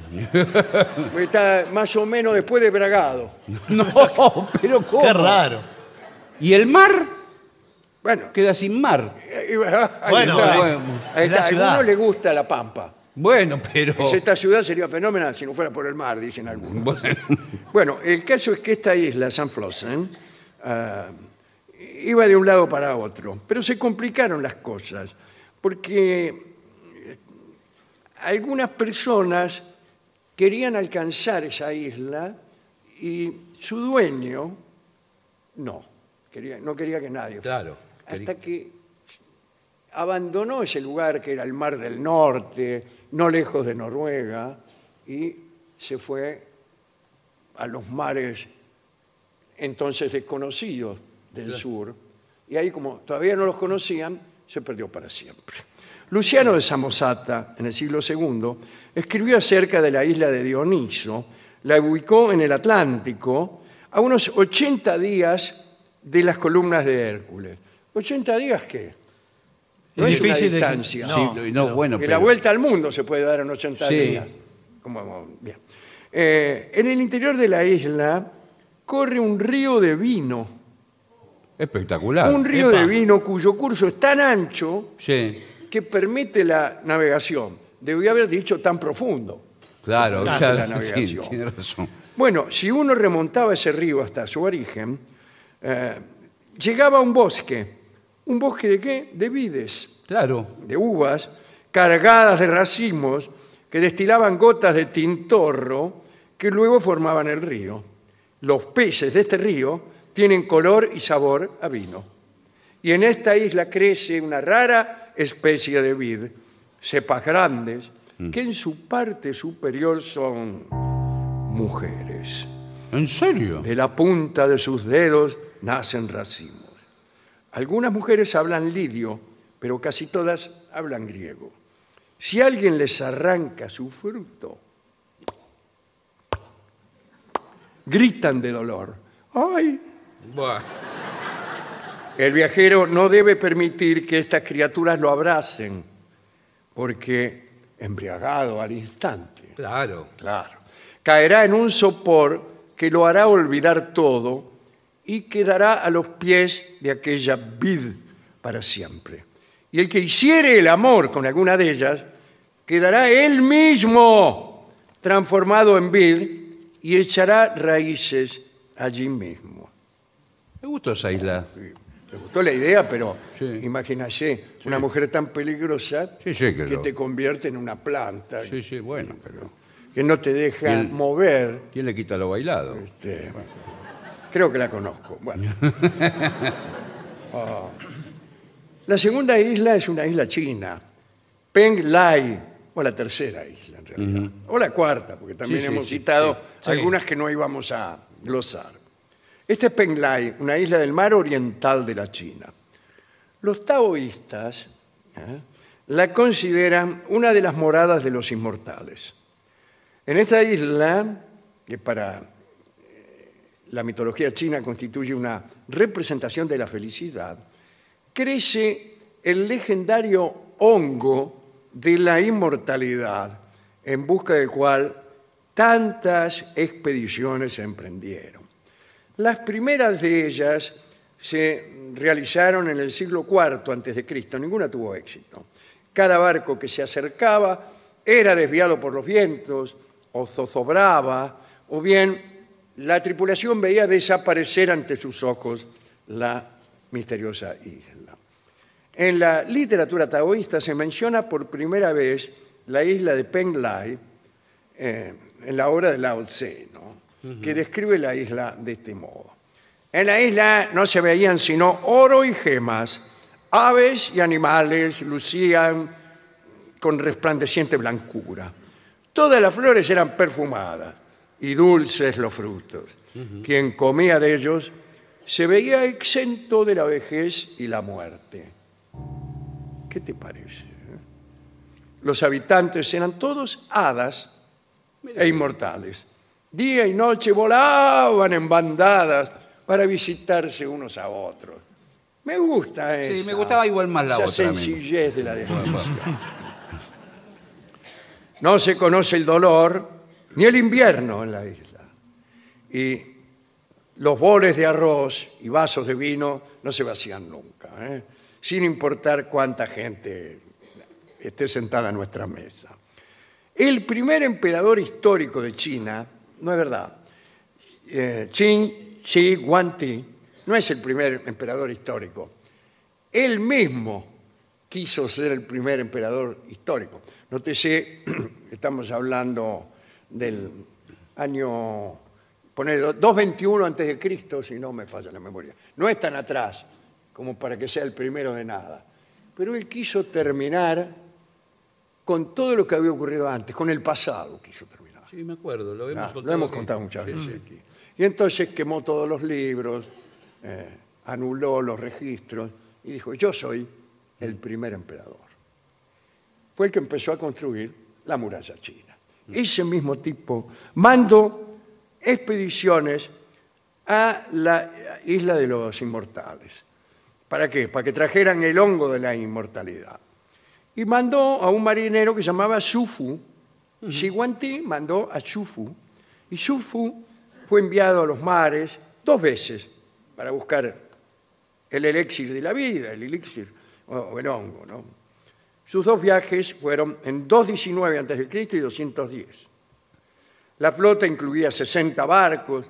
Speaker 1: Está más o menos después de Bragado.
Speaker 2: No, pero ¿cómo?
Speaker 3: Qué raro.
Speaker 2: ¿Y el mar?
Speaker 1: Bueno,
Speaker 2: Queda sin mar.
Speaker 1: [laughs] ahí está.
Speaker 3: Bueno,
Speaker 2: bueno,
Speaker 1: Ahí
Speaker 3: es
Speaker 1: está,
Speaker 3: la
Speaker 1: a alguno
Speaker 3: ciudad. Oh.
Speaker 1: le gusta la pampa.
Speaker 2: Bueno, pero...
Speaker 1: Pues Esta ciudad sería fenómena si no fuera por el mar, dicen algunos.
Speaker 2: Bueno. [laughs]
Speaker 1: Bueno, el caso es que esta isla, San Flossen, ah, iba de un lado para otro, pero se complicaron las cosas, porque eh, algunas personas querían alcanzar esa isla y su dueño no, quería, no quería que nadie. fuera.
Speaker 2: Claro.
Speaker 1: Hasta que abandonó ese lugar que era el Mar del Norte, no lejos de Noruega, y se fue a los mares entonces desconocidos del sur. Y ahí como todavía no los conocían, se perdió para siempre. Luciano de Samosata, en el siglo II, escribió acerca de la isla de Dioniso, la ubicó en el Atlántico a unos 80 días de las columnas de Hércules. ¿80 días qué? No es,
Speaker 4: difícil de-
Speaker 1: una distancia.
Speaker 4: No,
Speaker 2: Sí, no,
Speaker 4: pero-
Speaker 2: bueno,
Speaker 1: Que la
Speaker 2: pero,
Speaker 1: vuelta al mundo se puede dar en 80
Speaker 2: Sí.
Speaker 1: días. Como- bien. Eh, en el interior de la isla corre un río de vino.
Speaker 2: espectacular.
Speaker 1: un río
Speaker 4: epa.
Speaker 1: de vino cuyo curso es tan ancho
Speaker 2: Sí,
Speaker 1: que permite la navegación. Debí haber dicho tan profundo.
Speaker 2: claro,
Speaker 1: Claro,
Speaker 2: ya-
Speaker 1: la
Speaker 2: [laughs] sí,
Speaker 1: navegación.
Speaker 2: tiene razón.
Speaker 1: Bueno, si uno remontaba ese río hasta su origen, eh, llegaba a un bosque. ¿Un bosque de qué? De vides.
Speaker 2: Claro,
Speaker 1: de uvas cargadas de racimos que destilaban gotas de tintorro que luego formaban el río. Los peces de este río tienen color y sabor a vino. Y en esta isla crece una rara especie de vid, cepas grandes, que en su parte superior son mujeres.
Speaker 2: ¿en serio?
Speaker 1: De la punta de sus dedos nacen racimos. Algunas mujeres hablan lidio, pero casi todas hablan griego. Si alguien les arranca su fruto, gritan de dolor. ¡Ay!
Speaker 2: Buah,
Speaker 1: El viajero no debe permitir que estas criaturas lo abracen, porque embriagado al instante,
Speaker 2: claro.
Speaker 1: Claro. Caerá en un sopor que lo hará olvidar todo y quedará a los pies de aquella vid para siempre. Y el que hiciere el amor con alguna de ellas, quedará él mismo transformado en vid y echará raíces allí mismo.
Speaker 2: Me gustó esa isla.
Speaker 1: Me gustó la idea, pero
Speaker 2: Sí.
Speaker 1: imagínese una mujer tan peligrosa
Speaker 2: Sí, sí, que
Speaker 1: que
Speaker 2: lo-
Speaker 1: te convierte en una planta,
Speaker 2: Sí, sí, bueno, pero
Speaker 1: que no te deja
Speaker 2: Y el-
Speaker 1: mover.
Speaker 2: ¿quién le quita lo bailado?
Speaker 1: Este, creo que la conozco.
Speaker 2: [laughs]
Speaker 1: Bueno. Ah. La segunda isla es una isla china, Peng Lai, o la tercera isla en realidad, o la cuarta, porque también
Speaker 2: Sí, sí,
Speaker 1: hemos
Speaker 2: sí,
Speaker 1: citado
Speaker 4: sí.
Speaker 1: algunas que no íbamos a glosar. Esta es Peng Lai, una isla del mar oriental de la China. Los taoístas ¿eh? la consideran una de las moradas de los inmortales. En esta isla, que para eh, la mitología china constituye una representación de la felicidad, crece el legendario hongo de la inmortalidad, en busca del cual tantas expediciones se emprendieron. Las primeras de ellas se realizaron en el siglo IV antes de Cristo, ninguna tuvo éxito. Cada barco que se acercaba era desviado por los vientos o zozobraba o bien la tripulación veía desaparecer ante sus ojos la misteriosa isla. En la literatura taoísta se menciona por primera vez la isla de Penglai eh, en la obra de Lao Tse, ¿no? que describe la isla de este modo. En la isla no se veían sino oro y gemas, aves y animales lucían con resplandeciente blancura. Todas las flores eran perfumadas y dulces los frutos. Quien comía de ellos se veía exento de la vejez y la muerte. ¿Qué te parece? Los habitantes eran todos hadas e inmortales. Día y noche volaban en bandadas para visitarse unos a otros. Me gusta eso.
Speaker 2: Sí, me gustaba igual más la
Speaker 1: Esa
Speaker 2: otra, amigo.
Speaker 1: sencillez de la descripción. No se conoce el dolor ni el invierno en la isla. Y los boles de arroz y vasos de vino no se vacían nunca, ¿eh? sin importar cuánta gente esté sentada a nuestra mesa. El primer emperador histórico de China, no es verdad, eh, Qin Shi Huangdi, no es el primer emperador histórico. Él mismo quiso ser el primer emperador histórico. Nótese, [clears throat] estamos hablando del año, poner 221 antes de Cristo, si no me falla la memoria. No es tan atrás como para que sea el primero de nada. Pero él quiso terminar con todo lo que había ocurrido antes, con el pasado quiso terminar.
Speaker 2: Sí, me acuerdo, lo hemos
Speaker 1: Ah,
Speaker 2: contado.
Speaker 1: lo hemos
Speaker 2: que-
Speaker 1: contado muchas
Speaker 2: Sí,
Speaker 1: veces
Speaker 2: sí.
Speaker 1: aquí. Y entonces quemó todos los libros, eh, anuló los registros y dijo, yo soy el primer emperador.
Speaker 2: Mm.
Speaker 1: Fue el que empezó a construir la muralla china. Ese mismo tipo mandó expediciones a la isla de los inmortales. ¿Para qué? Para que trajeran el hongo de la inmortalidad. Y mandó a un marinero que se llamaba Sufu. Siguanti mandó a Sufu. Y Sufu fue enviado a los mares dos veces para buscar el elixir de la vida, el elixir o, o el hongo. ¿no? Sus dos viajes fueron en 219 a.C. y 210. La flota incluía 60 barcos,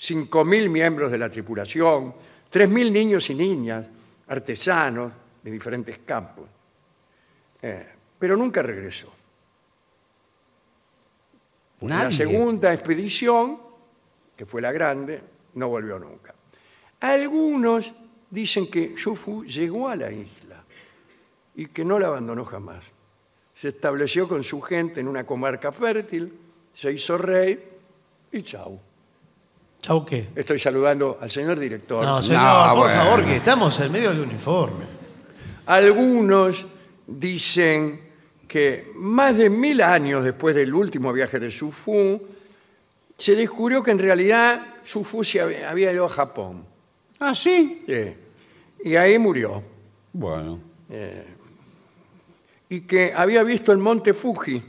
Speaker 1: 5.000 miembros de la tripulación, 3.000 niños y niñas, artesanos de diferentes campos. Eh, pero nunca regresó.
Speaker 2: Nadie.
Speaker 1: La segunda expedición, que fue la grande, no volvió nunca. Algunos dicen que Shufu llegó a la isla y que no la abandonó jamás. Se estableció con su gente en una comarca fértil, se hizo rey y chau.
Speaker 3: ¿Chau qué?
Speaker 1: Estoy saludando al señor director.
Speaker 3: No, señor, por
Speaker 2: bueno.
Speaker 3: favor, que estamos en medio de uniforme.
Speaker 1: Algunos dicen que más de mil años después del último viaje de Sufu, se descubrió que en realidad Sufu se hab- había ido a Japón.
Speaker 2: Ah, sí.
Speaker 1: Sí. Y ahí murió.
Speaker 2: Bueno.
Speaker 1: Y que había visto el monte Fuji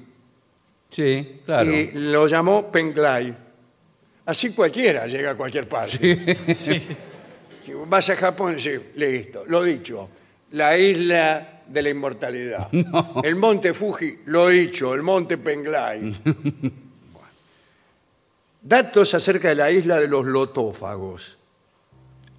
Speaker 2: Sí, claro.
Speaker 1: y lo llamó Penglai. Así cualquiera llega a cualquier parte. [laughs] Si vas a Japón, sí, listo, lo dicho. La isla de la inmortalidad. El monte Fuji, lo dicho, el monte Penglai. Bueno. Datos acerca de la isla de los lotófagos.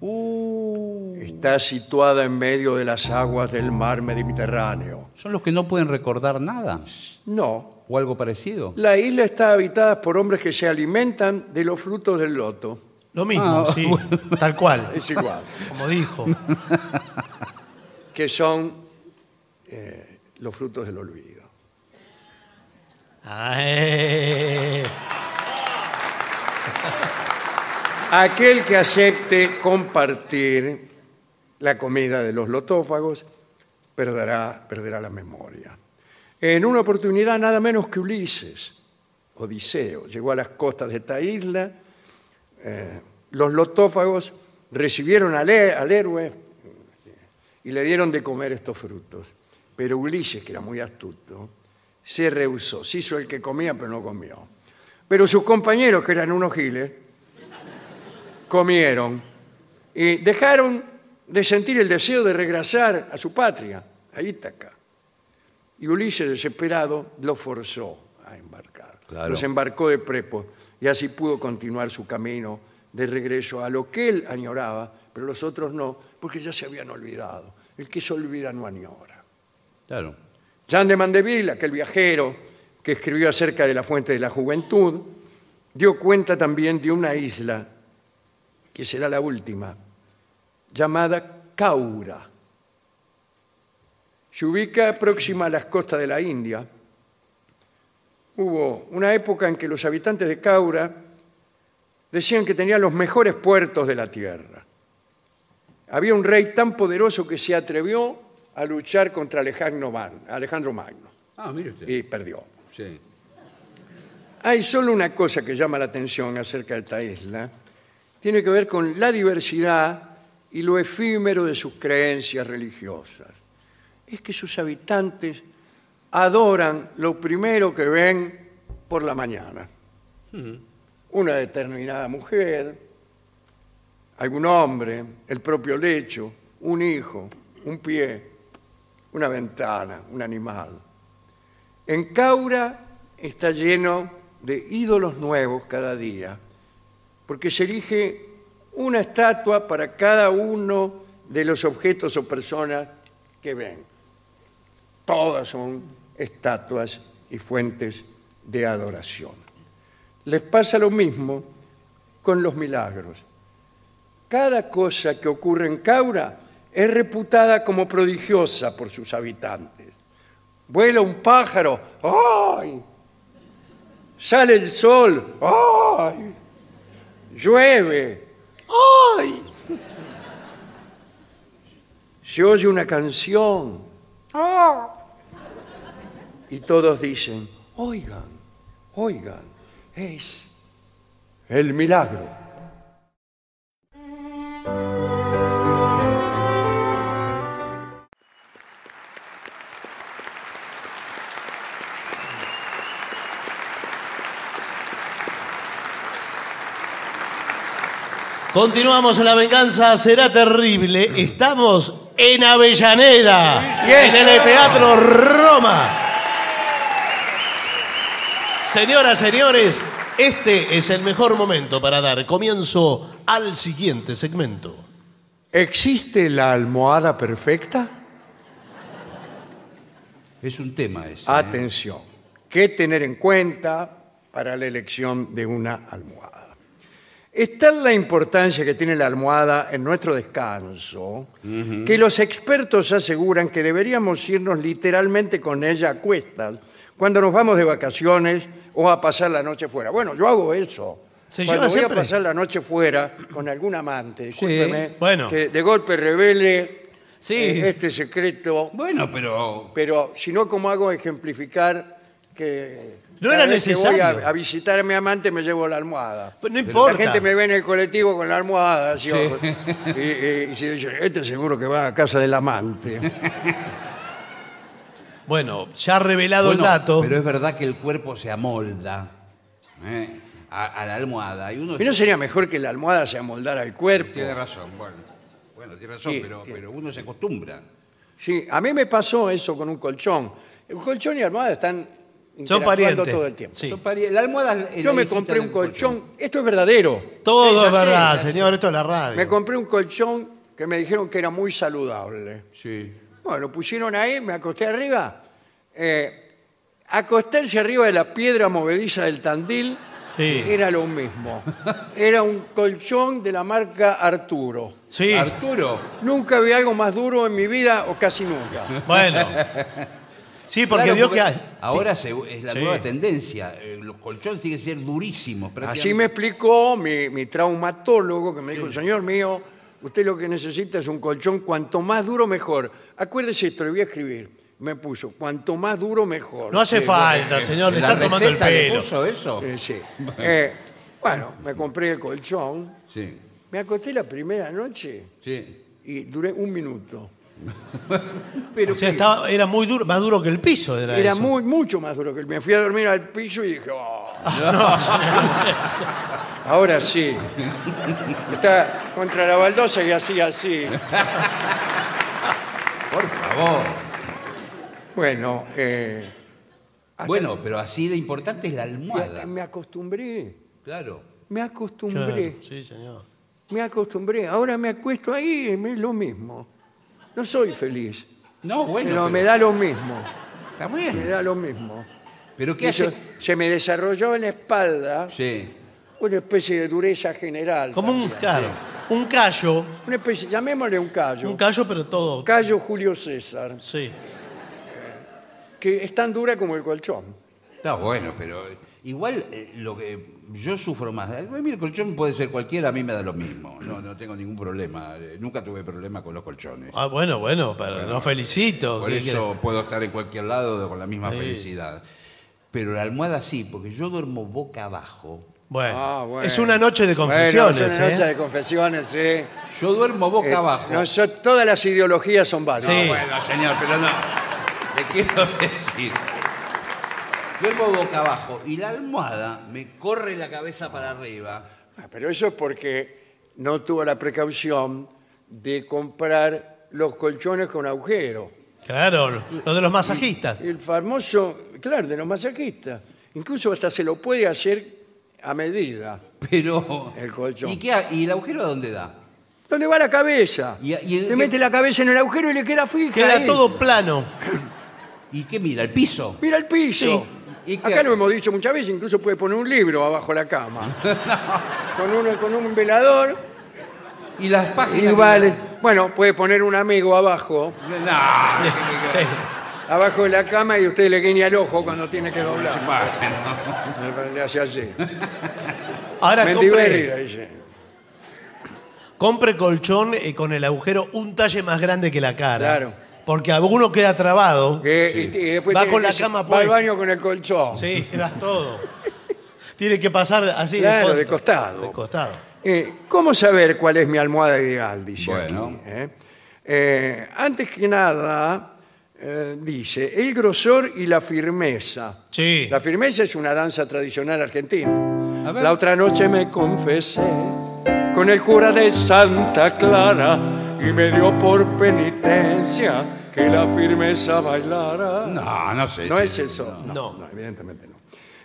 Speaker 2: Uh,
Speaker 1: Está situada en medio de las aguas del mar Mediterráneo.
Speaker 2: ¿Son los que no pueden recordar nada?
Speaker 1: No,
Speaker 2: ¿O algo parecido?
Speaker 1: la isla está habitada por hombres que se alimentan de los frutos del loto.
Speaker 3: Lo mismo,
Speaker 2: Ah, [laughs]
Speaker 3: sí. Tal cual,
Speaker 1: Es igual.
Speaker 3: como dijo.
Speaker 1: que son eh, los frutos del olvido.
Speaker 3: Ay.
Speaker 1: Aquel que acepte compartir la comida de los lotófagos perderá, perderá la memoria. En una oportunidad nada menos que Ulises, Odiseo, llegó a las costas de esta isla. eh, los lotófagos recibieron al, he- al héroe eh, y le dieron de comer estos frutos. Pero Ulises, que era muy astuto, se rehusó. Se hizo el que comía, pero no comió. Pero sus compañeros, que eran unos giles, comieron y dejaron de sentir el deseo de regresar a su patria, a Ítaca. Y Ulises, desesperado, los forzó a embarcar.
Speaker 2: Claro.
Speaker 1: Los embarcó de prepo y así pudo continuar su camino de regreso a lo que él añoraba, pero los otros no, porque ya se habían olvidado. El que se olvida no añora.
Speaker 2: Claro.
Speaker 1: Jean de Mandeville, aquel viajero que escribió acerca de la fuente de la juventud, dio cuenta también de una isla, que será la última, llamada Caura. Se ubica próxima a las costas de la India. Hubo una época en que los habitantes de Caura decían que tenía los mejores puertos de la tierra. Había un rey tan poderoso que se atrevió a luchar contra Alejandro Magno, Alejandro Magno,
Speaker 2: Ah, mire usted.
Speaker 1: y perdió.
Speaker 2: Sí.
Speaker 1: Hay solo una cosa que llama la atención acerca de esta isla. Tiene que ver con la diversidad y lo efímero de sus creencias religiosas. Es que sus habitantes adoran lo primero que ven por la mañana. Una determinada mujer, algún hombre, el propio lecho, un hijo, un pie, una ventana, un animal. En Caura está lleno de ídolos nuevos cada día, porque se elige una estatua para cada uno de los objetos o personas que ven. Todas son estatuas y fuentes de adoración. Les pasa lo mismo con los milagros. Cada cosa que ocurre en Caura es reputada como prodigiosa por sus habitantes. Vuela un pájaro. ¡Ay! Sale el sol. ¡Ay! Llueve. ¡Ay! Se oye una canción. Y todos dicen, oigan, oigan, es El milagro.
Speaker 3: Continuamos en La Venganza Será Terrible. Estamos en Avellaneda,
Speaker 1: Yes.
Speaker 3: en el Teatro Roma. Señoras, señores, este es el mejor momento para dar comienzo al siguiente segmento.
Speaker 1: ¿Existe la almohada perfecta?
Speaker 2: Es un tema ese.
Speaker 1: Ah,
Speaker 2: ¿eh?
Speaker 1: Atención. ¿Qué tener en cuenta para la elección de una almohada? Es tal la importancia que tiene la almohada en nuestro descanso que los expertos aseguran que deberíamos irnos literalmente con ella a cuestas cuando nos vamos de vacaciones o a pasar la noche fuera. Bueno, yo hago eso.
Speaker 3: ¿Se
Speaker 1: cuando
Speaker 3: lleva
Speaker 1: voy
Speaker 3: siempre?
Speaker 1: a pasar la noche fuera con algún amante, discúlpeme,
Speaker 3: bueno.
Speaker 1: que de golpe revele
Speaker 3: Sí.
Speaker 1: eh, este secreto
Speaker 2: Bueno, pero.
Speaker 1: pero si no, ¿cómo hago ejemplificar que
Speaker 3: No
Speaker 1: cada
Speaker 3: era
Speaker 1: vez que voy
Speaker 3: necesario.
Speaker 1: a, a visitar a mi amante me llevo la almohada?
Speaker 3: Pero no
Speaker 1: La
Speaker 3: importa.
Speaker 1: gente me ve en el colectivo con la almohada así, ojo, y, y- y se dice, este seguro que va a casa del amante.
Speaker 3: Bueno, ya revelado
Speaker 2: Bueno,
Speaker 3: el dato.
Speaker 2: Pero es verdad que el cuerpo se amolda ¿eh? a, a la almohada. Y uno
Speaker 1: ¿Y no sería mejor que la almohada se amoldara al cuerpo?
Speaker 2: [laughs] tiene razón. Bueno, bueno tiene razón,
Speaker 1: Sí,
Speaker 2: pero,
Speaker 1: sí.
Speaker 2: pero uno se acostumbra.
Speaker 1: Sí, a mí me pasó eso con un colchón. El colchón y la almohada están
Speaker 3: Son
Speaker 1: interactuando
Speaker 3: parientes.
Speaker 1: todo el tiempo.
Speaker 3: Sí.
Speaker 2: Son pari- La almohada es la
Speaker 1: Yo me
Speaker 2: hijita
Speaker 1: compré
Speaker 2: del
Speaker 1: un colchón, esto es verdadero.
Speaker 3: Todo
Speaker 2: Sí,
Speaker 3: es
Speaker 2: ya sé,
Speaker 3: verdad,
Speaker 2: ya sé.
Speaker 3: señor. Esto es la radio.
Speaker 1: Me compré un colchón que me dijeron que era muy saludable.
Speaker 2: Sí.
Speaker 1: Bueno, lo pusieron ahí, me acosté arriba. Eh, acostarse arriba de la piedra movediza del Tandil
Speaker 3: Sí.
Speaker 1: era lo mismo. Era un colchón de la marca Arturo.
Speaker 3: Sí.
Speaker 2: Arturo.
Speaker 1: Nunca vi algo más duro en mi vida o casi nunca.
Speaker 2: [laughs]
Speaker 3: Bueno. Sí, porque
Speaker 2: claro,
Speaker 3: vio que
Speaker 2: porque
Speaker 3: hay.
Speaker 2: Ahora se- es la
Speaker 3: Sí.
Speaker 2: nueva tendencia. Eh, Los colchones tienen que ser durísimos.
Speaker 1: Así me explicó mi, mi traumatólogo que me dijo, señor mío, usted lo que necesita es un colchón cuanto más duro mejor. Acuérdese esto, le voy a escribir. Me puso, cuanto más duro mejor.
Speaker 3: No hace falta, señor. Le
Speaker 2: ¿La
Speaker 3: está tomando el
Speaker 2: receta le
Speaker 3: pelo.
Speaker 2: puso eso?
Speaker 1: Eh,
Speaker 3: [laughs]
Speaker 1: sí. Eh, bueno, me compré el colchón.
Speaker 2: Sí.
Speaker 1: Me acosté la primera noche
Speaker 2: Sí.
Speaker 1: y duré un
Speaker 3: [laughs]
Speaker 1: minuto.
Speaker 3: O sea, estaba- era muy duro, más duro que el piso. Era,
Speaker 1: Era
Speaker 3: eso.
Speaker 1: muy, mucho más duro que el- Me fui a dormir al piso y dije,
Speaker 3: [laughs]
Speaker 1: "Oh, ahora sí. Está contra la baldosa y así, así.
Speaker 2: Por favor.
Speaker 1: Bueno, eh, hasta-
Speaker 2: Bueno, pero así de importante es la almohada.
Speaker 1: me acostumbré.
Speaker 2: Claro.
Speaker 1: Me
Speaker 3: Claro,
Speaker 1: acostumbré.
Speaker 3: Sí, señor.
Speaker 1: Me acostumbré. Ahora me acuesto ahí y me es lo mismo. No soy feliz.
Speaker 2: No, bueno.
Speaker 1: pero me
Speaker 2: pero-
Speaker 1: da lo mismo.
Speaker 2: Está
Speaker 1: Me
Speaker 2: bien.
Speaker 1: da lo mismo.
Speaker 2: Pero ¿qué
Speaker 1: Y
Speaker 2: hace?
Speaker 1: yo- se me desarrolló en la espalda
Speaker 2: Sí.
Speaker 1: una especie de dureza general.
Speaker 3: Como un,
Speaker 1: también.
Speaker 3: claro, un callo.
Speaker 1: Una especie, llamémosle un callo.
Speaker 3: Un callo, pero todo.
Speaker 1: callo Julio César,
Speaker 3: Sí.
Speaker 1: que es tan dura como el colchón.
Speaker 2: Está bueno, pero igual eh, lo que yo sufro más. A mí el colchón puede ser cualquiera, a mí me da lo mismo. No, no tengo ningún problema. Eh, Nunca tuve problema con los colchones.
Speaker 3: Ah, bueno, bueno, pero lo felicito.
Speaker 2: Por
Speaker 3: ¿Qué
Speaker 2: eso puedo estar en cualquier lado con la misma
Speaker 3: Sí.
Speaker 2: felicidad. Pero la almohada sí, porque yo duermo boca abajo.
Speaker 3: quiere? Bueno,
Speaker 1: Ah, bueno.
Speaker 3: es una noche de
Speaker 1: Bueno,
Speaker 3: confesiones.
Speaker 1: es una
Speaker 3: ¿eh?
Speaker 1: noche de confesiones, sí.
Speaker 2: Yo duermo boca
Speaker 1: Eh,
Speaker 2: abajo.
Speaker 1: no, so- todas las ideologías son válidas.
Speaker 3: Sí.
Speaker 2: No, bueno, señor, pero no. Le quiero [laughs] decir. Duermo boca abajo y la almohada me corre la cabeza para arriba.
Speaker 1: Ah, Pero eso es porque no tuvo la precaución de comprar los colchones con agujero.
Speaker 3: Claro, lo de los masajistas.
Speaker 1: El famoso, claro, de los masajistas. Incluso hasta se lo puede hacer a medida.
Speaker 2: Pero.
Speaker 1: El colchón.
Speaker 2: ¿Y, qué ha- y el agujero a dónde da?
Speaker 1: ¿Dónde va la cabeza?
Speaker 2: Y- y-
Speaker 1: Te mete la cabeza en el agujero y le queda fija.
Speaker 3: Queda
Speaker 1: ahí.
Speaker 3: todo plano.
Speaker 2: ¿Y qué mira? ¿El piso?
Speaker 1: Mira el piso.
Speaker 2: Sí. ¿Y qué
Speaker 1: Acá
Speaker 2: hago?
Speaker 1: lo hemos dicho muchas veces, incluso puede poner un libro abajo la
Speaker 2: [laughs]
Speaker 1: cama. Con, un, con un velador.
Speaker 2: ¿Y las páginas?
Speaker 1: Y
Speaker 2: que-
Speaker 1: vale. Bueno, puede poner un amigo abajo,
Speaker 2: No, ¿qué me-
Speaker 1: abajo de la cama y usted le guiña el ojo cuando tiene que doblar. Le hace así.
Speaker 3: Ahora
Speaker 1: Mendiberri, le
Speaker 3: compre,
Speaker 1: dice.
Speaker 3: compre colchón eh, con el agujero un talle más grande que la cara.
Speaker 1: Claro.
Speaker 3: Porque alguno queda trabado.
Speaker 1: Que- Eh, y, y después
Speaker 3: Va
Speaker 1: tiene
Speaker 3: con
Speaker 1: que
Speaker 3: la
Speaker 1: se- va
Speaker 3: cama
Speaker 1: al
Speaker 3: puesta. [laughs]
Speaker 1: baño con el colchón.
Speaker 3: Sí, das todo. Tiene que pasar así.
Speaker 1: Claro,
Speaker 3: fondo.
Speaker 1: de costado.
Speaker 3: De costado.
Speaker 1: Eh, ¿Cómo saber cuál es mi almohada ideal? Dice
Speaker 2: Bueno.
Speaker 1: aquí, ¿eh? Eh, antes que nada, eh, dice, el grosor y la firmeza.
Speaker 3: Sí.
Speaker 1: La firmeza es una danza tradicional argentina.
Speaker 2: A ver.
Speaker 1: La otra noche me confesé con el cura de Santa Clara y me dio por penitencia que la firmeza bailara.
Speaker 2: No, no sé.
Speaker 1: No
Speaker 2: si-
Speaker 1: es eso. No,
Speaker 3: No.
Speaker 1: no, evidentemente no.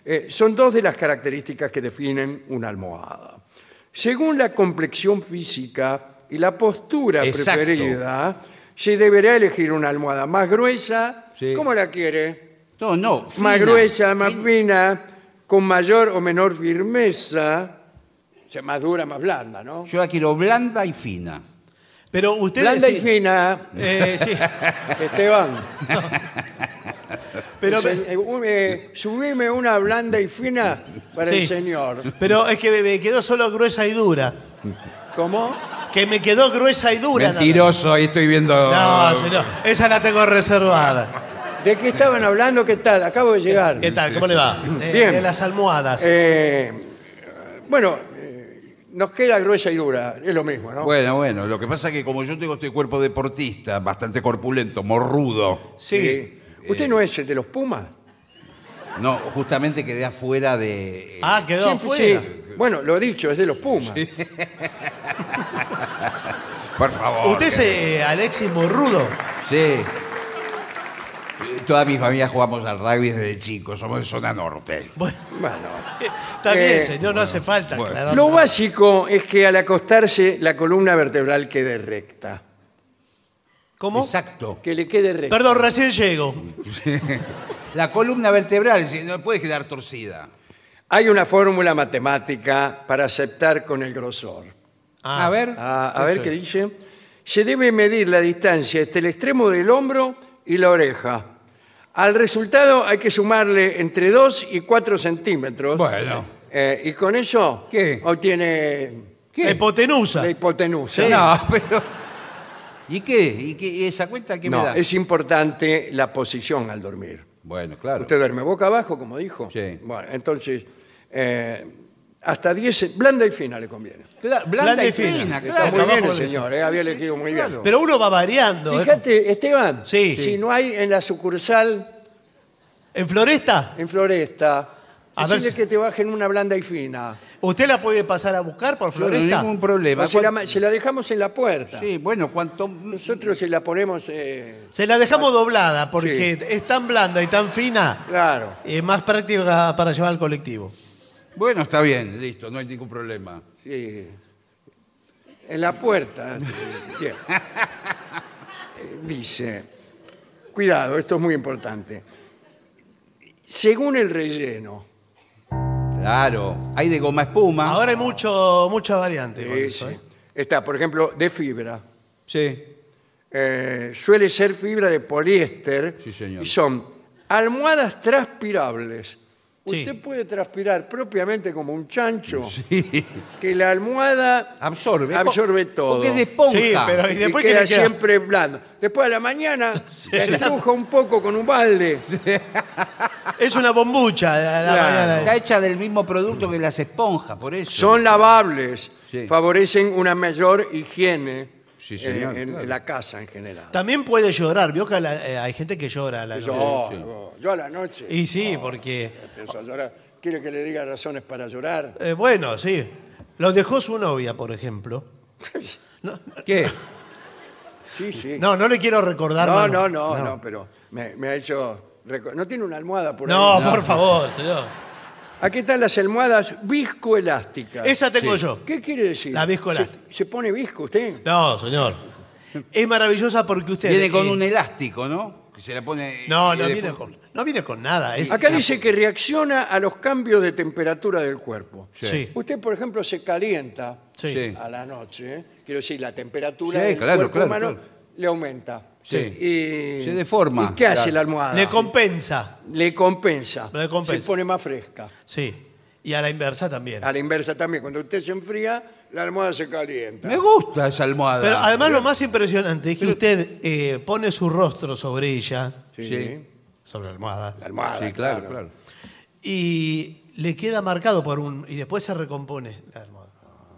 Speaker 1: Eh, son dos de las características que definen una almohada. Según la complexión física y la postura
Speaker 2: Exacto.
Speaker 1: preferida, se deberá elegir una almohada más gruesa.
Speaker 2: Sí.
Speaker 1: ¿Cómo la quiere?
Speaker 2: No, no.
Speaker 1: Más
Speaker 2: fina.
Speaker 1: gruesa, más fina, con mayor o menor firmeza. O sea, más dura, más blanda, ¿no?
Speaker 2: Yo la quiero blanda y fina.
Speaker 3: Pero usted.
Speaker 1: Blanda y
Speaker 3: sí,
Speaker 1: fina,
Speaker 3: eh, sí.
Speaker 1: [laughs]
Speaker 2: [laughs]
Speaker 1: Esteban.
Speaker 3: Pero,
Speaker 1: Se- eh, un- eh, subime una blanda y fina para
Speaker 3: sí.
Speaker 1: el señor.
Speaker 3: Pero es que me quedó solo gruesa y dura.
Speaker 1: ¿Cómo?
Speaker 3: Que me quedó gruesa y dura. nada más.
Speaker 2: Mentiroso, ahí estoy viendo.
Speaker 3: No, señor. Esa la tengo reservada.
Speaker 1: ¿De qué estaban hablando? ¿Qué tal? Acabo de llegar.
Speaker 3: ¿Qué tal? ¿Cómo le va? Eh,
Speaker 1: Bien.
Speaker 3: De las almohadas.
Speaker 1: Eh, bueno, eh, nos queda gruesa y dura, es lo mismo, ¿no?
Speaker 2: Bueno, bueno, lo que pasa es que como yo tengo este cuerpo deportista, bastante corpulento, morrudo,
Speaker 3: sí.
Speaker 1: Eh, ¿Usted no es el de los Pumas?
Speaker 2: no, justamente quedé afuera de...
Speaker 3: Ah, quedó
Speaker 1: Siempre-
Speaker 3: afuera.
Speaker 1: sí. Bueno, lo dicho, es de los Pumas.
Speaker 2: Por favor.
Speaker 3: Usted es eh, Alexis Morrudo. [laughs]
Speaker 2: Sí. Eh, Toda mi familia jugamos al rugby desde chicos, somos de zona norte.
Speaker 3: Bueno,
Speaker 1: Bueno.
Speaker 3: está bien,
Speaker 1: Eh,
Speaker 3: señor, no hace falta
Speaker 2: bueno.
Speaker 3: aclarar
Speaker 1: Lo
Speaker 3: nada.
Speaker 1: básico es que al acostarse la columna vertebral quede recta.
Speaker 3: ¿Cómo?
Speaker 2: Exacto.
Speaker 1: Que le quede recta.
Speaker 3: Perdón, recién llego.
Speaker 2: La columna vertebral si no puede quedar torcida.
Speaker 1: Hay una fórmula matemática para aceptar con el grosor.
Speaker 3: Ah,
Speaker 2: a ver.
Speaker 1: A, a ver qué dice. Se debe medir la distancia entre el extremo del hombro y la oreja. Al resultado hay que sumarle entre 2 y 4 centímetros.
Speaker 2: Bueno.
Speaker 1: Eh, y con eso
Speaker 2: ¿Qué?
Speaker 1: obtiene
Speaker 3: La Ah, hipotenusa.
Speaker 1: la hipotenusa.
Speaker 2: No, [laughs] pero... ¿Y qué? ¿Y qué? ¿Y esa cuenta qué
Speaker 1: No,
Speaker 2: me da?
Speaker 1: es importante la posición al dormir.
Speaker 2: Bueno, claro.
Speaker 1: Usted duerme boca abajo, como dijo.
Speaker 2: Sí.
Speaker 1: Bueno, entonces, eh, hasta 10, ce- blanda y fina le conviene.
Speaker 2: Cla- blanda, y fina, Ah, claro.
Speaker 1: Está muy bien el
Speaker 3: abajo de-
Speaker 1: señor, eh, había elegido muy bien.
Speaker 2: claro.
Speaker 3: Pero uno va variando. ¿eh?
Speaker 1: Fíjate, Esteban,
Speaker 3: Sí.
Speaker 1: si no hay en la sucursal,
Speaker 3: En Floresta,
Speaker 1: en Floresta,
Speaker 3: A
Speaker 1: a
Speaker 3: ver si-
Speaker 1: que te bajen una blanda y fina.
Speaker 3: ¿usted la puede pasar a buscar por
Speaker 2: No, no,
Speaker 3: Floresta?
Speaker 2: ningún problema.
Speaker 1: O se, la,
Speaker 2: Cuan-
Speaker 1: ma- se la dejamos en la puerta.
Speaker 2: Sí, bueno, cuanto...
Speaker 1: Nosotros se la ponemos, eh,
Speaker 3: Se la dejamos doblada porque
Speaker 1: Sí.
Speaker 3: es tan blanda y tan fina,
Speaker 1: claro.
Speaker 3: es más práctica para llevar al colectivo.
Speaker 2: Bueno, está bien, listo, no hay ningún problema.
Speaker 1: sí. En la puerta. sí,
Speaker 3: [laughs]
Speaker 1: bien. Eh, Dice, cuidado, esto es muy importante. Según el relleno,
Speaker 2: Claro, hay de goma espuma.
Speaker 3: Ahora hay mucho, mucha variante. con
Speaker 1: eh,
Speaker 3: eso,
Speaker 1: sí,
Speaker 3: ¿eh?
Speaker 1: está, por ejemplo, de fibra.
Speaker 2: Sí. [laughs]
Speaker 1: Eh, suele ser fibra de poliéster
Speaker 2: Sí, señor.
Speaker 1: y son almohadas transpirables.
Speaker 3: Sí.
Speaker 1: Usted puede transpirar propiamente como un chancho, que la almohada
Speaker 2: Absorbe.
Speaker 1: absorbe
Speaker 2: Po-
Speaker 1: todo.
Speaker 2: Porque es de esponja.
Speaker 3: Sí, pero- ¿Y después
Speaker 1: y
Speaker 3: qué
Speaker 1: queda
Speaker 3: le queda?
Speaker 1: siempre blando. Después a la
Speaker 2: [laughs]
Speaker 1: mañana la estruja un poco con un balde.
Speaker 3: Es una bombucha eh, a la
Speaker 1: Claro.
Speaker 3: mañana.
Speaker 2: Está hecha del mismo producto que las esponjas, por eso.
Speaker 1: Son lavables,
Speaker 2: Sí.
Speaker 1: favorecen una mayor higiene
Speaker 2: Sí, señor,
Speaker 1: eh, en,
Speaker 2: claro.
Speaker 1: en la casa en general.
Speaker 3: También puede llorar, vio que a la- eh, hay gente que llora a la noche.
Speaker 1: Yo, yo a la noche.
Speaker 3: Y sí, porque,
Speaker 1: Empezó a llorar. ¿Quiere que le diga razones para llorar?
Speaker 3: eh, bueno, sí. Lo dejó su novia, por ejemplo. No,
Speaker 2: ¿Qué?
Speaker 1: Sí, sí.
Speaker 3: no, no le quiero recordar.
Speaker 1: no,
Speaker 3: mano.
Speaker 1: no, no, no, pero me, me ha hecho... reco- No tiene una almohada por
Speaker 3: No,
Speaker 1: ahí.
Speaker 3: por favor, señor.
Speaker 1: Aquí están las almohadas viscoelásticas.
Speaker 3: Esa tengo yo.
Speaker 1: ¿Qué quiere decir?
Speaker 3: La viscoelástica.
Speaker 1: ¿Se, se pone visco usted?
Speaker 3: No, señor. Es maravillosa porque usted.
Speaker 2: Viene con
Speaker 3: eh,
Speaker 2: un elástico, ¿no? Que se la pone.
Speaker 3: No,
Speaker 2: y
Speaker 3: no
Speaker 2: después-
Speaker 3: viene con, no viene con nada. es-
Speaker 1: Acá dice que reacciona a los cambios de temperatura del cuerpo.
Speaker 3: Sí.
Speaker 1: Usted, por ejemplo, se calienta
Speaker 3: Sí.
Speaker 2: Sí.
Speaker 1: a la noche. ¿eh? Quiero decir, la temperatura
Speaker 2: Sí,
Speaker 1: del
Speaker 2: claro,
Speaker 1: cuerpo
Speaker 2: claro,
Speaker 1: humano
Speaker 2: claro.
Speaker 1: le aumenta.
Speaker 2: Sí.
Speaker 1: Y-
Speaker 2: Se deforma.
Speaker 1: ¿Y qué hace
Speaker 2: Claro.
Speaker 1: la almohada?
Speaker 3: Le compensa.
Speaker 1: Le compensa.
Speaker 3: Le compensa.
Speaker 1: Se pone más fresca.
Speaker 3: Sí. Y a la inversa también.
Speaker 1: A la inversa también, cuando usted se enfría, la almohada se calienta.
Speaker 2: Me gusta esa almohada.
Speaker 3: Pero además lo más impresionante es que usted eh, pone su rostro sobre ella,
Speaker 1: Sí.
Speaker 2: Sí.
Speaker 3: sobre la almohada,
Speaker 1: La almohada.
Speaker 2: Sí, claro, claro.
Speaker 3: y le queda marcado por un. y después se recompone la almohada.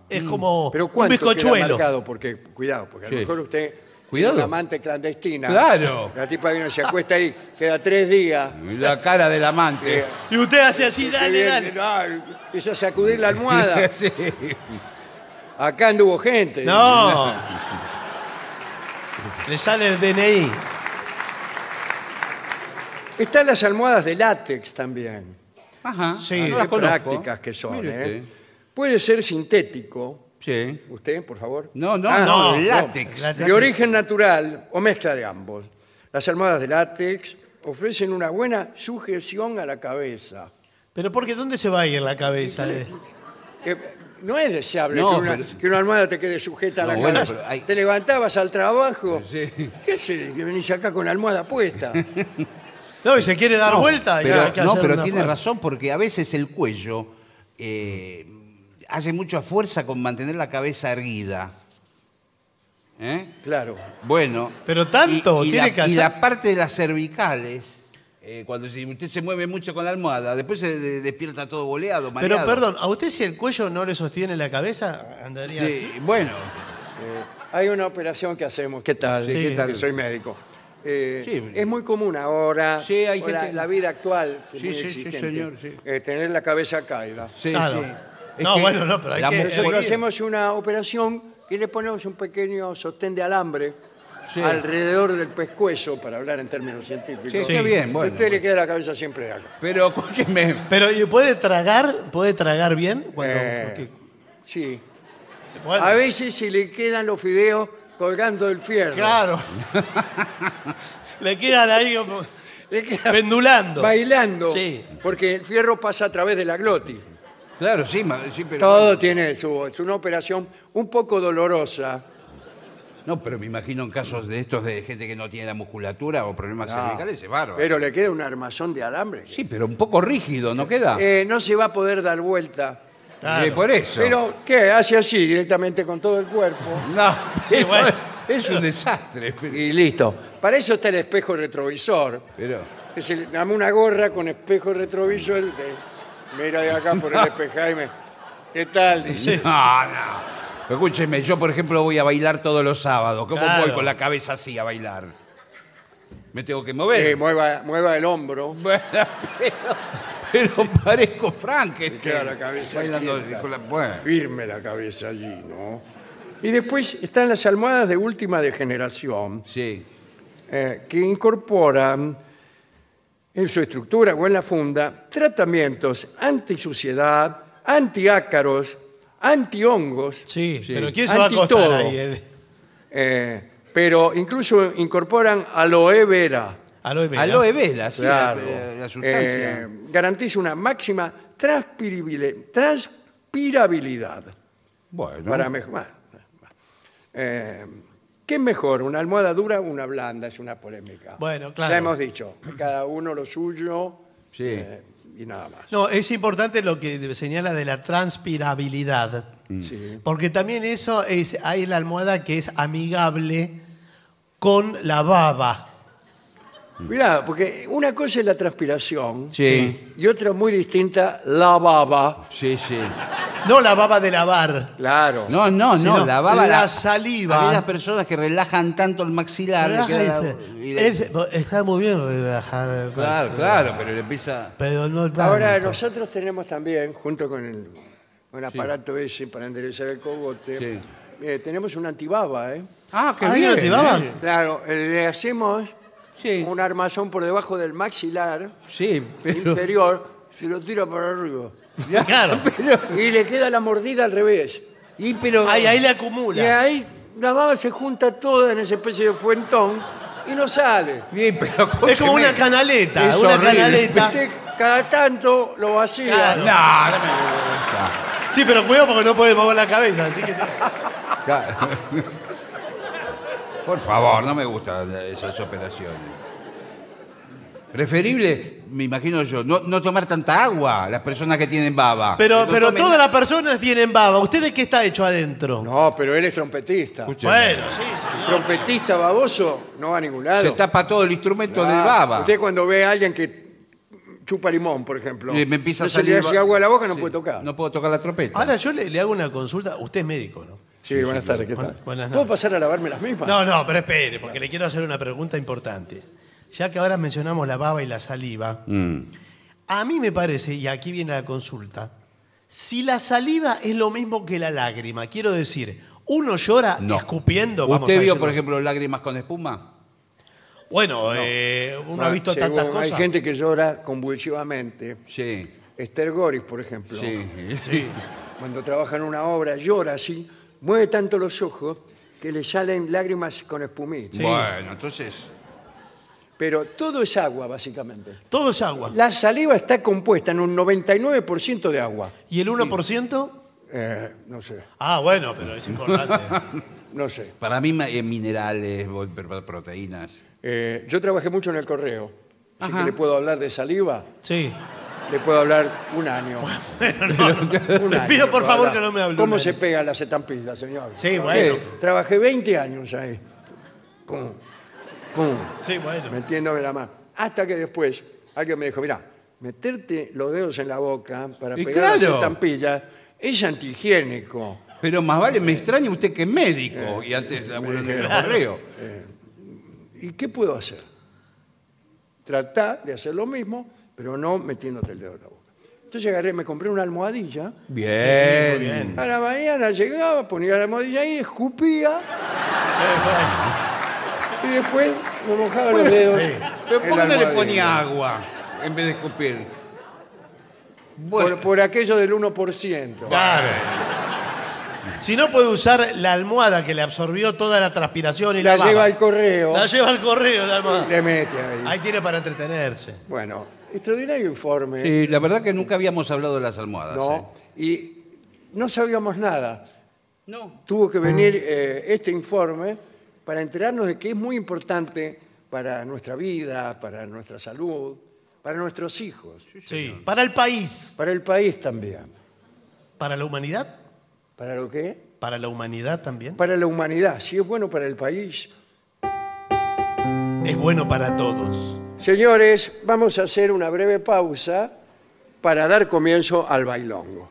Speaker 3: Es como
Speaker 1: Mm, Pero
Speaker 3: un
Speaker 1: cuánto queda
Speaker 3: bizcochuelo.
Speaker 1: marcado, porque cuidado, porque a lo
Speaker 2: Sí.
Speaker 1: mejor usted
Speaker 2: Cuidado.
Speaker 1: es una amante clandestina.
Speaker 2: Claro.
Speaker 1: La tipa viene, se acuesta ahí, queda tres días.
Speaker 2: La cara del amante.
Speaker 3: Y usted hace así, dale,
Speaker 1: Viene,
Speaker 3: dale.
Speaker 1: ah, empieza a sacudir la
Speaker 2: [laughs]
Speaker 1: almohada. Acá anduvo gente. [laughs]
Speaker 3: No. Le sale el DNI.
Speaker 1: Están las almohadas de látex también.
Speaker 2: Ajá.
Speaker 3: Sí,
Speaker 2: ah, no
Speaker 3: qué
Speaker 2: las
Speaker 1: Qué
Speaker 2: conozco.
Speaker 1: prácticas que son.
Speaker 2: Mire
Speaker 1: ¿eh? Puede ser sintético.
Speaker 2: usted. Sí.
Speaker 1: ¿Usted, por favor?
Speaker 2: No, no,
Speaker 1: Ah,
Speaker 2: no,
Speaker 3: no,
Speaker 2: látex.
Speaker 3: no, látex.
Speaker 1: De origen natural o mezcla de ambos. Las almohadas de látex ofrecen una buena sujeción a la cabeza.
Speaker 3: Pero porque ¿dónde se va a ir la cabeza? de-
Speaker 1: Eh, no es deseable
Speaker 2: No,
Speaker 1: que, una,
Speaker 2: pero-
Speaker 1: que una almohada te quede sujeta a la
Speaker 2: No, bueno,
Speaker 1: cabeza.
Speaker 2: pero hay-
Speaker 1: Te levantabas al trabajo.
Speaker 2: Sí.
Speaker 1: ¿Qué sé? Que venís acá con la almohada
Speaker 2: [laughs]
Speaker 1: puesta.
Speaker 3: No, y se quiere dar vuelta. y hay que
Speaker 2: Pero, no,
Speaker 3: hacer
Speaker 2: pero
Speaker 3: una
Speaker 2: tiene
Speaker 3: fuerza.
Speaker 2: razón, porque a veces el cuello eh, hace mucha fuerza con mantener la cabeza erguida. ¿Eh?
Speaker 1: Claro.
Speaker 2: Bueno.
Speaker 3: Pero tanto,
Speaker 2: y, y
Speaker 3: tiene
Speaker 2: la,
Speaker 3: que hacer-
Speaker 2: y la parte de las cervicales, eh, cuando si usted se mueve mucho con la almohada, después se de- despierta todo boleado,
Speaker 3: Pero
Speaker 2: mareado.
Speaker 3: perdón, ¿a usted si el cuello no le sostiene la cabeza, andaría así?
Speaker 2: Sí, bueno.
Speaker 1: Hay una operación que hacemos. ¿Qué tal?
Speaker 2: Sí, ¿qué tal?
Speaker 1: Que soy médico. Eh,
Speaker 2: Sí.
Speaker 1: Es muy común ahora.
Speaker 2: Sí, hay
Speaker 1: con
Speaker 2: gente-
Speaker 1: La, la vida actual. que es
Speaker 2: Sí,
Speaker 1: muy
Speaker 2: sí, sí,
Speaker 1: exigente,
Speaker 2: señor, sí.
Speaker 1: eh, tener la cabeza caída.
Speaker 2: Sí,
Speaker 3: Claro.
Speaker 2: sí.
Speaker 3: No,
Speaker 2: que
Speaker 3: bueno, no, pero hay
Speaker 2: la
Speaker 3: que-
Speaker 2: mujer-
Speaker 1: Nosotros hacemos una operación y le ponemos un pequeño sostén de alambre
Speaker 2: Sí.
Speaker 1: alrededor del pescuezo, para hablar en términos científicos.
Speaker 2: Sí,
Speaker 3: Sí.
Speaker 2: está bien,
Speaker 1: A
Speaker 2: bueno.
Speaker 1: usted le queda la cabeza siempre acá.
Speaker 2: Pero escúcheme,
Speaker 3: Pero ¿y puede tragar, puede tragar bien. Cuando-
Speaker 1: Eh, sí.
Speaker 3: porque- bueno,
Speaker 1: A veces se le quedan los fideos colgando del fierro.
Speaker 2: [laughs]
Speaker 3: claro. le quedan ahí como
Speaker 1: Le queda
Speaker 3: pendulando.
Speaker 1: bailando.
Speaker 3: Sí.
Speaker 2: Eh,
Speaker 1: Porque el fierro pasa a través de la glotis.
Speaker 2: claro, sí, ma- sí, pero.
Speaker 1: Todo tiene su. Es una operación un poco dolorosa.
Speaker 2: No, pero me imagino en casos de estos de gente que no tiene la musculatura o problemas
Speaker 1: Ah,
Speaker 2: cervicales, es bárbaro.
Speaker 1: Pero le queda un armazón de alambre.
Speaker 2: sí, pero un poco rígido, ¿no queda?
Speaker 1: Eh, no se va a poder dar vuelta.
Speaker 3: Claro.
Speaker 2: Eh, por eso.
Speaker 1: Pero, ¿qué? Hace así, directamente con todo el cuerpo.
Speaker 2: No,
Speaker 1: [laughs]
Speaker 2: pero
Speaker 3: bueno.
Speaker 2: [laughs] es un desastre. Pero,
Speaker 1: Y listo. Para eso está el espejo retrovisor.
Speaker 2: pero-
Speaker 1: Es el- dame una gorra con espejo retrovisor. de- mira de acá por el espejo, Jaime. ¿Qué tal? Dice.
Speaker 2: No, no. Escúcheme, yo por ejemplo voy a bailar todos los sábados. ¿Cómo
Speaker 3: Claro.
Speaker 2: voy con la cabeza así a bailar? Me tengo que
Speaker 1: Eh,
Speaker 2: mover.
Speaker 1: mueva, mueva el hombro.
Speaker 2: Bueno, [laughs] pero, pero parezco
Speaker 1: Te queda la
Speaker 2: Frankenstein.
Speaker 1: cabeza
Speaker 2: Bailando
Speaker 1: quieta.
Speaker 2: con la- bueno.
Speaker 1: firme la cabeza allí, ¿no? Y después están las almohadas de última degeneración,
Speaker 2: Sí.
Speaker 1: eh, que incorporan en su estructura o en la funda tratamientos antisuciedad, antiácaros, antihongos,
Speaker 3: Sí,
Speaker 2: Sí.
Speaker 3: pero ¿quién se va a
Speaker 1: Anti
Speaker 3: acostar
Speaker 1: todo.
Speaker 3: ahí? eh?
Speaker 1: eh, pero incluso incorporan aloe vera.
Speaker 3: Aloe vera.
Speaker 2: Aloe vera, sí, la-
Speaker 1: Claro.
Speaker 2: la, la sustancia.
Speaker 1: Eh, garantiza una máxima transpiribile- transpirabilidad.
Speaker 2: bueno.
Speaker 1: Para mejorar. Eh, ¿Qué es mejor, una almohada dura o una blanda? Es una polémica.
Speaker 3: Bueno, claro.
Speaker 1: Ya hemos dicho, cada uno lo suyo
Speaker 2: Sí.
Speaker 1: eh, y nada más.
Speaker 3: No, es importante lo que señala de la transpirabilidad.
Speaker 2: Mm.
Speaker 1: Sí.
Speaker 3: Porque también eso es, hay la almohada que es amigable con la baba.
Speaker 1: Cuidado, porque una cosa es la transpiración
Speaker 2: Sí.
Speaker 1: y otra muy distinta, la baba.
Speaker 2: Sí, sí.
Speaker 3: No la baba de lavar.
Speaker 1: Claro.
Speaker 2: No, no,
Speaker 3: Sino
Speaker 2: no, la baba.
Speaker 3: la
Speaker 2: la-
Speaker 3: saliva.
Speaker 2: Aquellas personas que relajan tanto el maxilar. le queda la- y la-
Speaker 3: Es- está muy bien relajada.
Speaker 2: claro, claro, pero le empieza.
Speaker 3: Pero no tanto.
Speaker 1: Ahora nosotros tenemos también, junto con el, con el aparato ese para enderezar el cogote,
Speaker 2: Sí.
Speaker 1: eh, tenemos un antibaba, ¿eh?
Speaker 2: Ah, qué
Speaker 3: Ah,
Speaker 2: bien.
Speaker 3: ¿no te baban?
Speaker 2: eh.
Speaker 1: Claro, eh, le hacemos
Speaker 2: Sí.
Speaker 1: un armazón por debajo del maxilar.
Speaker 2: Sí, pero.
Speaker 1: inferior se lo tira para arriba.
Speaker 2: [laughs]
Speaker 3: Claro.
Speaker 1: Y le queda la mordida al revés.
Speaker 2: Y pero.
Speaker 3: Ahí, ahí le
Speaker 1: Y
Speaker 3: acumula.
Speaker 1: ahí la baba se junta toda en esa especie de fuentón y no sale.
Speaker 2: Sí, pero
Speaker 3: es como
Speaker 2: escúcheme.
Speaker 3: una canaleta.
Speaker 2: Es
Speaker 3: una
Speaker 2: [laughs] horrible.
Speaker 3: canaleta.
Speaker 1: Usted cada tanto lo vacía.
Speaker 3: Claro.
Speaker 2: No, no me gusta.
Speaker 3: Sí, pero cuidado porque no puede mover la cabeza. Así que... [laughs]
Speaker 2: Claro. Por favor, no me gustan esas operaciones. Preferible, me imagino yo, no, no tomar tanta agua, las personas que tienen baba.
Speaker 3: Pero,
Speaker 2: Que no
Speaker 3: pero
Speaker 2: tomen-
Speaker 3: todas las personas tienen baba. ¿Usted de qué está hecho adentro?
Speaker 1: No, pero él es trompetista.
Speaker 2: Escúcheme,
Speaker 3: Bueno, sí, sí.
Speaker 1: Trompetista baboso no va a ningún lado.
Speaker 2: se tapa todo el instrumento
Speaker 1: Ah,
Speaker 2: de baba.
Speaker 1: Usted cuando ve a alguien que chupa limón, por ejemplo.
Speaker 2: Y me empieza a
Speaker 1: Entonces,
Speaker 2: salir...
Speaker 1: Le hace agua a la boca, no
Speaker 2: Sí,
Speaker 1: puede tocar.
Speaker 2: No puedo tocar la trompeta.
Speaker 3: Ahora yo le, le hago una consulta. Usted es médico, ¿no?
Speaker 1: sí, buenas tardes, ¿qué
Speaker 3: Buenas-
Speaker 1: tal?
Speaker 3: buenas
Speaker 1: ¿Puedo
Speaker 3: noches.
Speaker 1: pasar a lavarme las mismas?
Speaker 3: No, no, pero espere, porque le quiero hacer una pregunta importante. Ya que ahora mencionamos la baba y la saliva, a mí me parece, y aquí viene la consulta, si la saliva es lo mismo que la lágrima, quiero decir, uno llora
Speaker 2: No.
Speaker 3: escupiendo. vamos
Speaker 2: ¿Usted
Speaker 3: a
Speaker 2: vio,
Speaker 3: decirlo.
Speaker 2: por ejemplo, lágrimas con espuma?
Speaker 3: Bueno, eh, uno ha visto
Speaker 1: Ah, Según-
Speaker 3: tantas cosas.
Speaker 1: Hay gente que llora convulsivamente.
Speaker 2: Sí.
Speaker 1: Esther Goris, por ejemplo.
Speaker 2: Sí.
Speaker 1: cuando trabaja en una obra, llora así, mueve tanto los ojos que le salen lágrimas con espumita.
Speaker 2: Bueno, entonces.
Speaker 1: Pero todo es agua, básicamente.
Speaker 3: Todo es agua.
Speaker 1: La saliva está compuesta en un 99% de agua.
Speaker 3: ¿Y el 1%?
Speaker 1: Eh, no sé,
Speaker 3: Ah, bueno, pero es importante.
Speaker 1: no sé.
Speaker 2: Para mí, ma- eh, minerales, vol- pro- proteínas.
Speaker 1: Eh, yo trabajé mucho en el correo, así
Speaker 2: Ajá.
Speaker 1: que le puedo hablar de saliva,
Speaker 3: Sí.
Speaker 1: le puedo hablar un año. [laughs] Un
Speaker 3: Le
Speaker 1: año
Speaker 3: pido
Speaker 1: le
Speaker 3: por
Speaker 1: puedo
Speaker 3: favor
Speaker 1: hablar.
Speaker 3: que no me hable.
Speaker 1: ¿Cómo
Speaker 3: un
Speaker 1: se
Speaker 3: año.
Speaker 1: pegan las estampillas, señor? Eh,
Speaker 3: Sí, bueno.
Speaker 1: Trabajé 20 años ahí. Pum, pum.
Speaker 3: Sí, bueno.
Speaker 1: metiéndome la mano. Hasta que después alguien me dijo, mirá, meterte los dedos en la boca para
Speaker 2: Y
Speaker 1: pegar las
Speaker 2: claro.
Speaker 1: estampillas es antihigiénico.
Speaker 2: Pero más vale, me extraña usted que es médico y antes laburo en el correo.
Speaker 1: ¿Y qué puedo hacer? Tratá de hacer lo mismo, pero no metiéndote el dedo en la boca. Entonces agarré, me compré una almohadilla.
Speaker 2: Bien.
Speaker 1: A la mañana llegaba, ponía la almohadilla ahí, escupía. y después me mojaba los dedos.
Speaker 2: Pero
Speaker 1: en la
Speaker 2: ¿por qué no le
Speaker 1: almohadilla.
Speaker 2: ponía agua en vez de escupir? Bueno,
Speaker 1: Por, por aquello del 1%.
Speaker 3: Claro. Si no puede usar la almohada que le absorbió toda la transpiración y la,
Speaker 1: La lleva
Speaker 3: baba.
Speaker 1: al correo.
Speaker 3: La lleva al correo la almohada.
Speaker 1: Le mete ahí.
Speaker 3: Ahí tiene para entretenerse.
Speaker 1: Bueno, extraordinario informe.
Speaker 2: sí, la verdad que nunca habíamos hablado de las almohadas.
Speaker 1: ¿no?
Speaker 2: ¿eh?
Speaker 1: Y no sabíamos nada.
Speaker 2: No.
Speaker 1: Tuvo que venir
Speaker 2: Mm.
Speaker 1: eh, este informe para enterarnos de que es muy importante para nuestra vida, para nuestra salud, para nuestros hijos,
Speaker 3: Sí. Para el país.
Speaker 1: para el país también.
Speaker 3: Para la humanidad.
Speaker 1: ¿Para lo qué?
Speaker 3: Para la humanidad también.
Speaker 1: Para la humanidad. Si es bueno para el país.
Speaker 3: Es bueno para todos.
Speaker 1: Señores, vamos a hacer una breve pausa para dar comienzo al bailongo.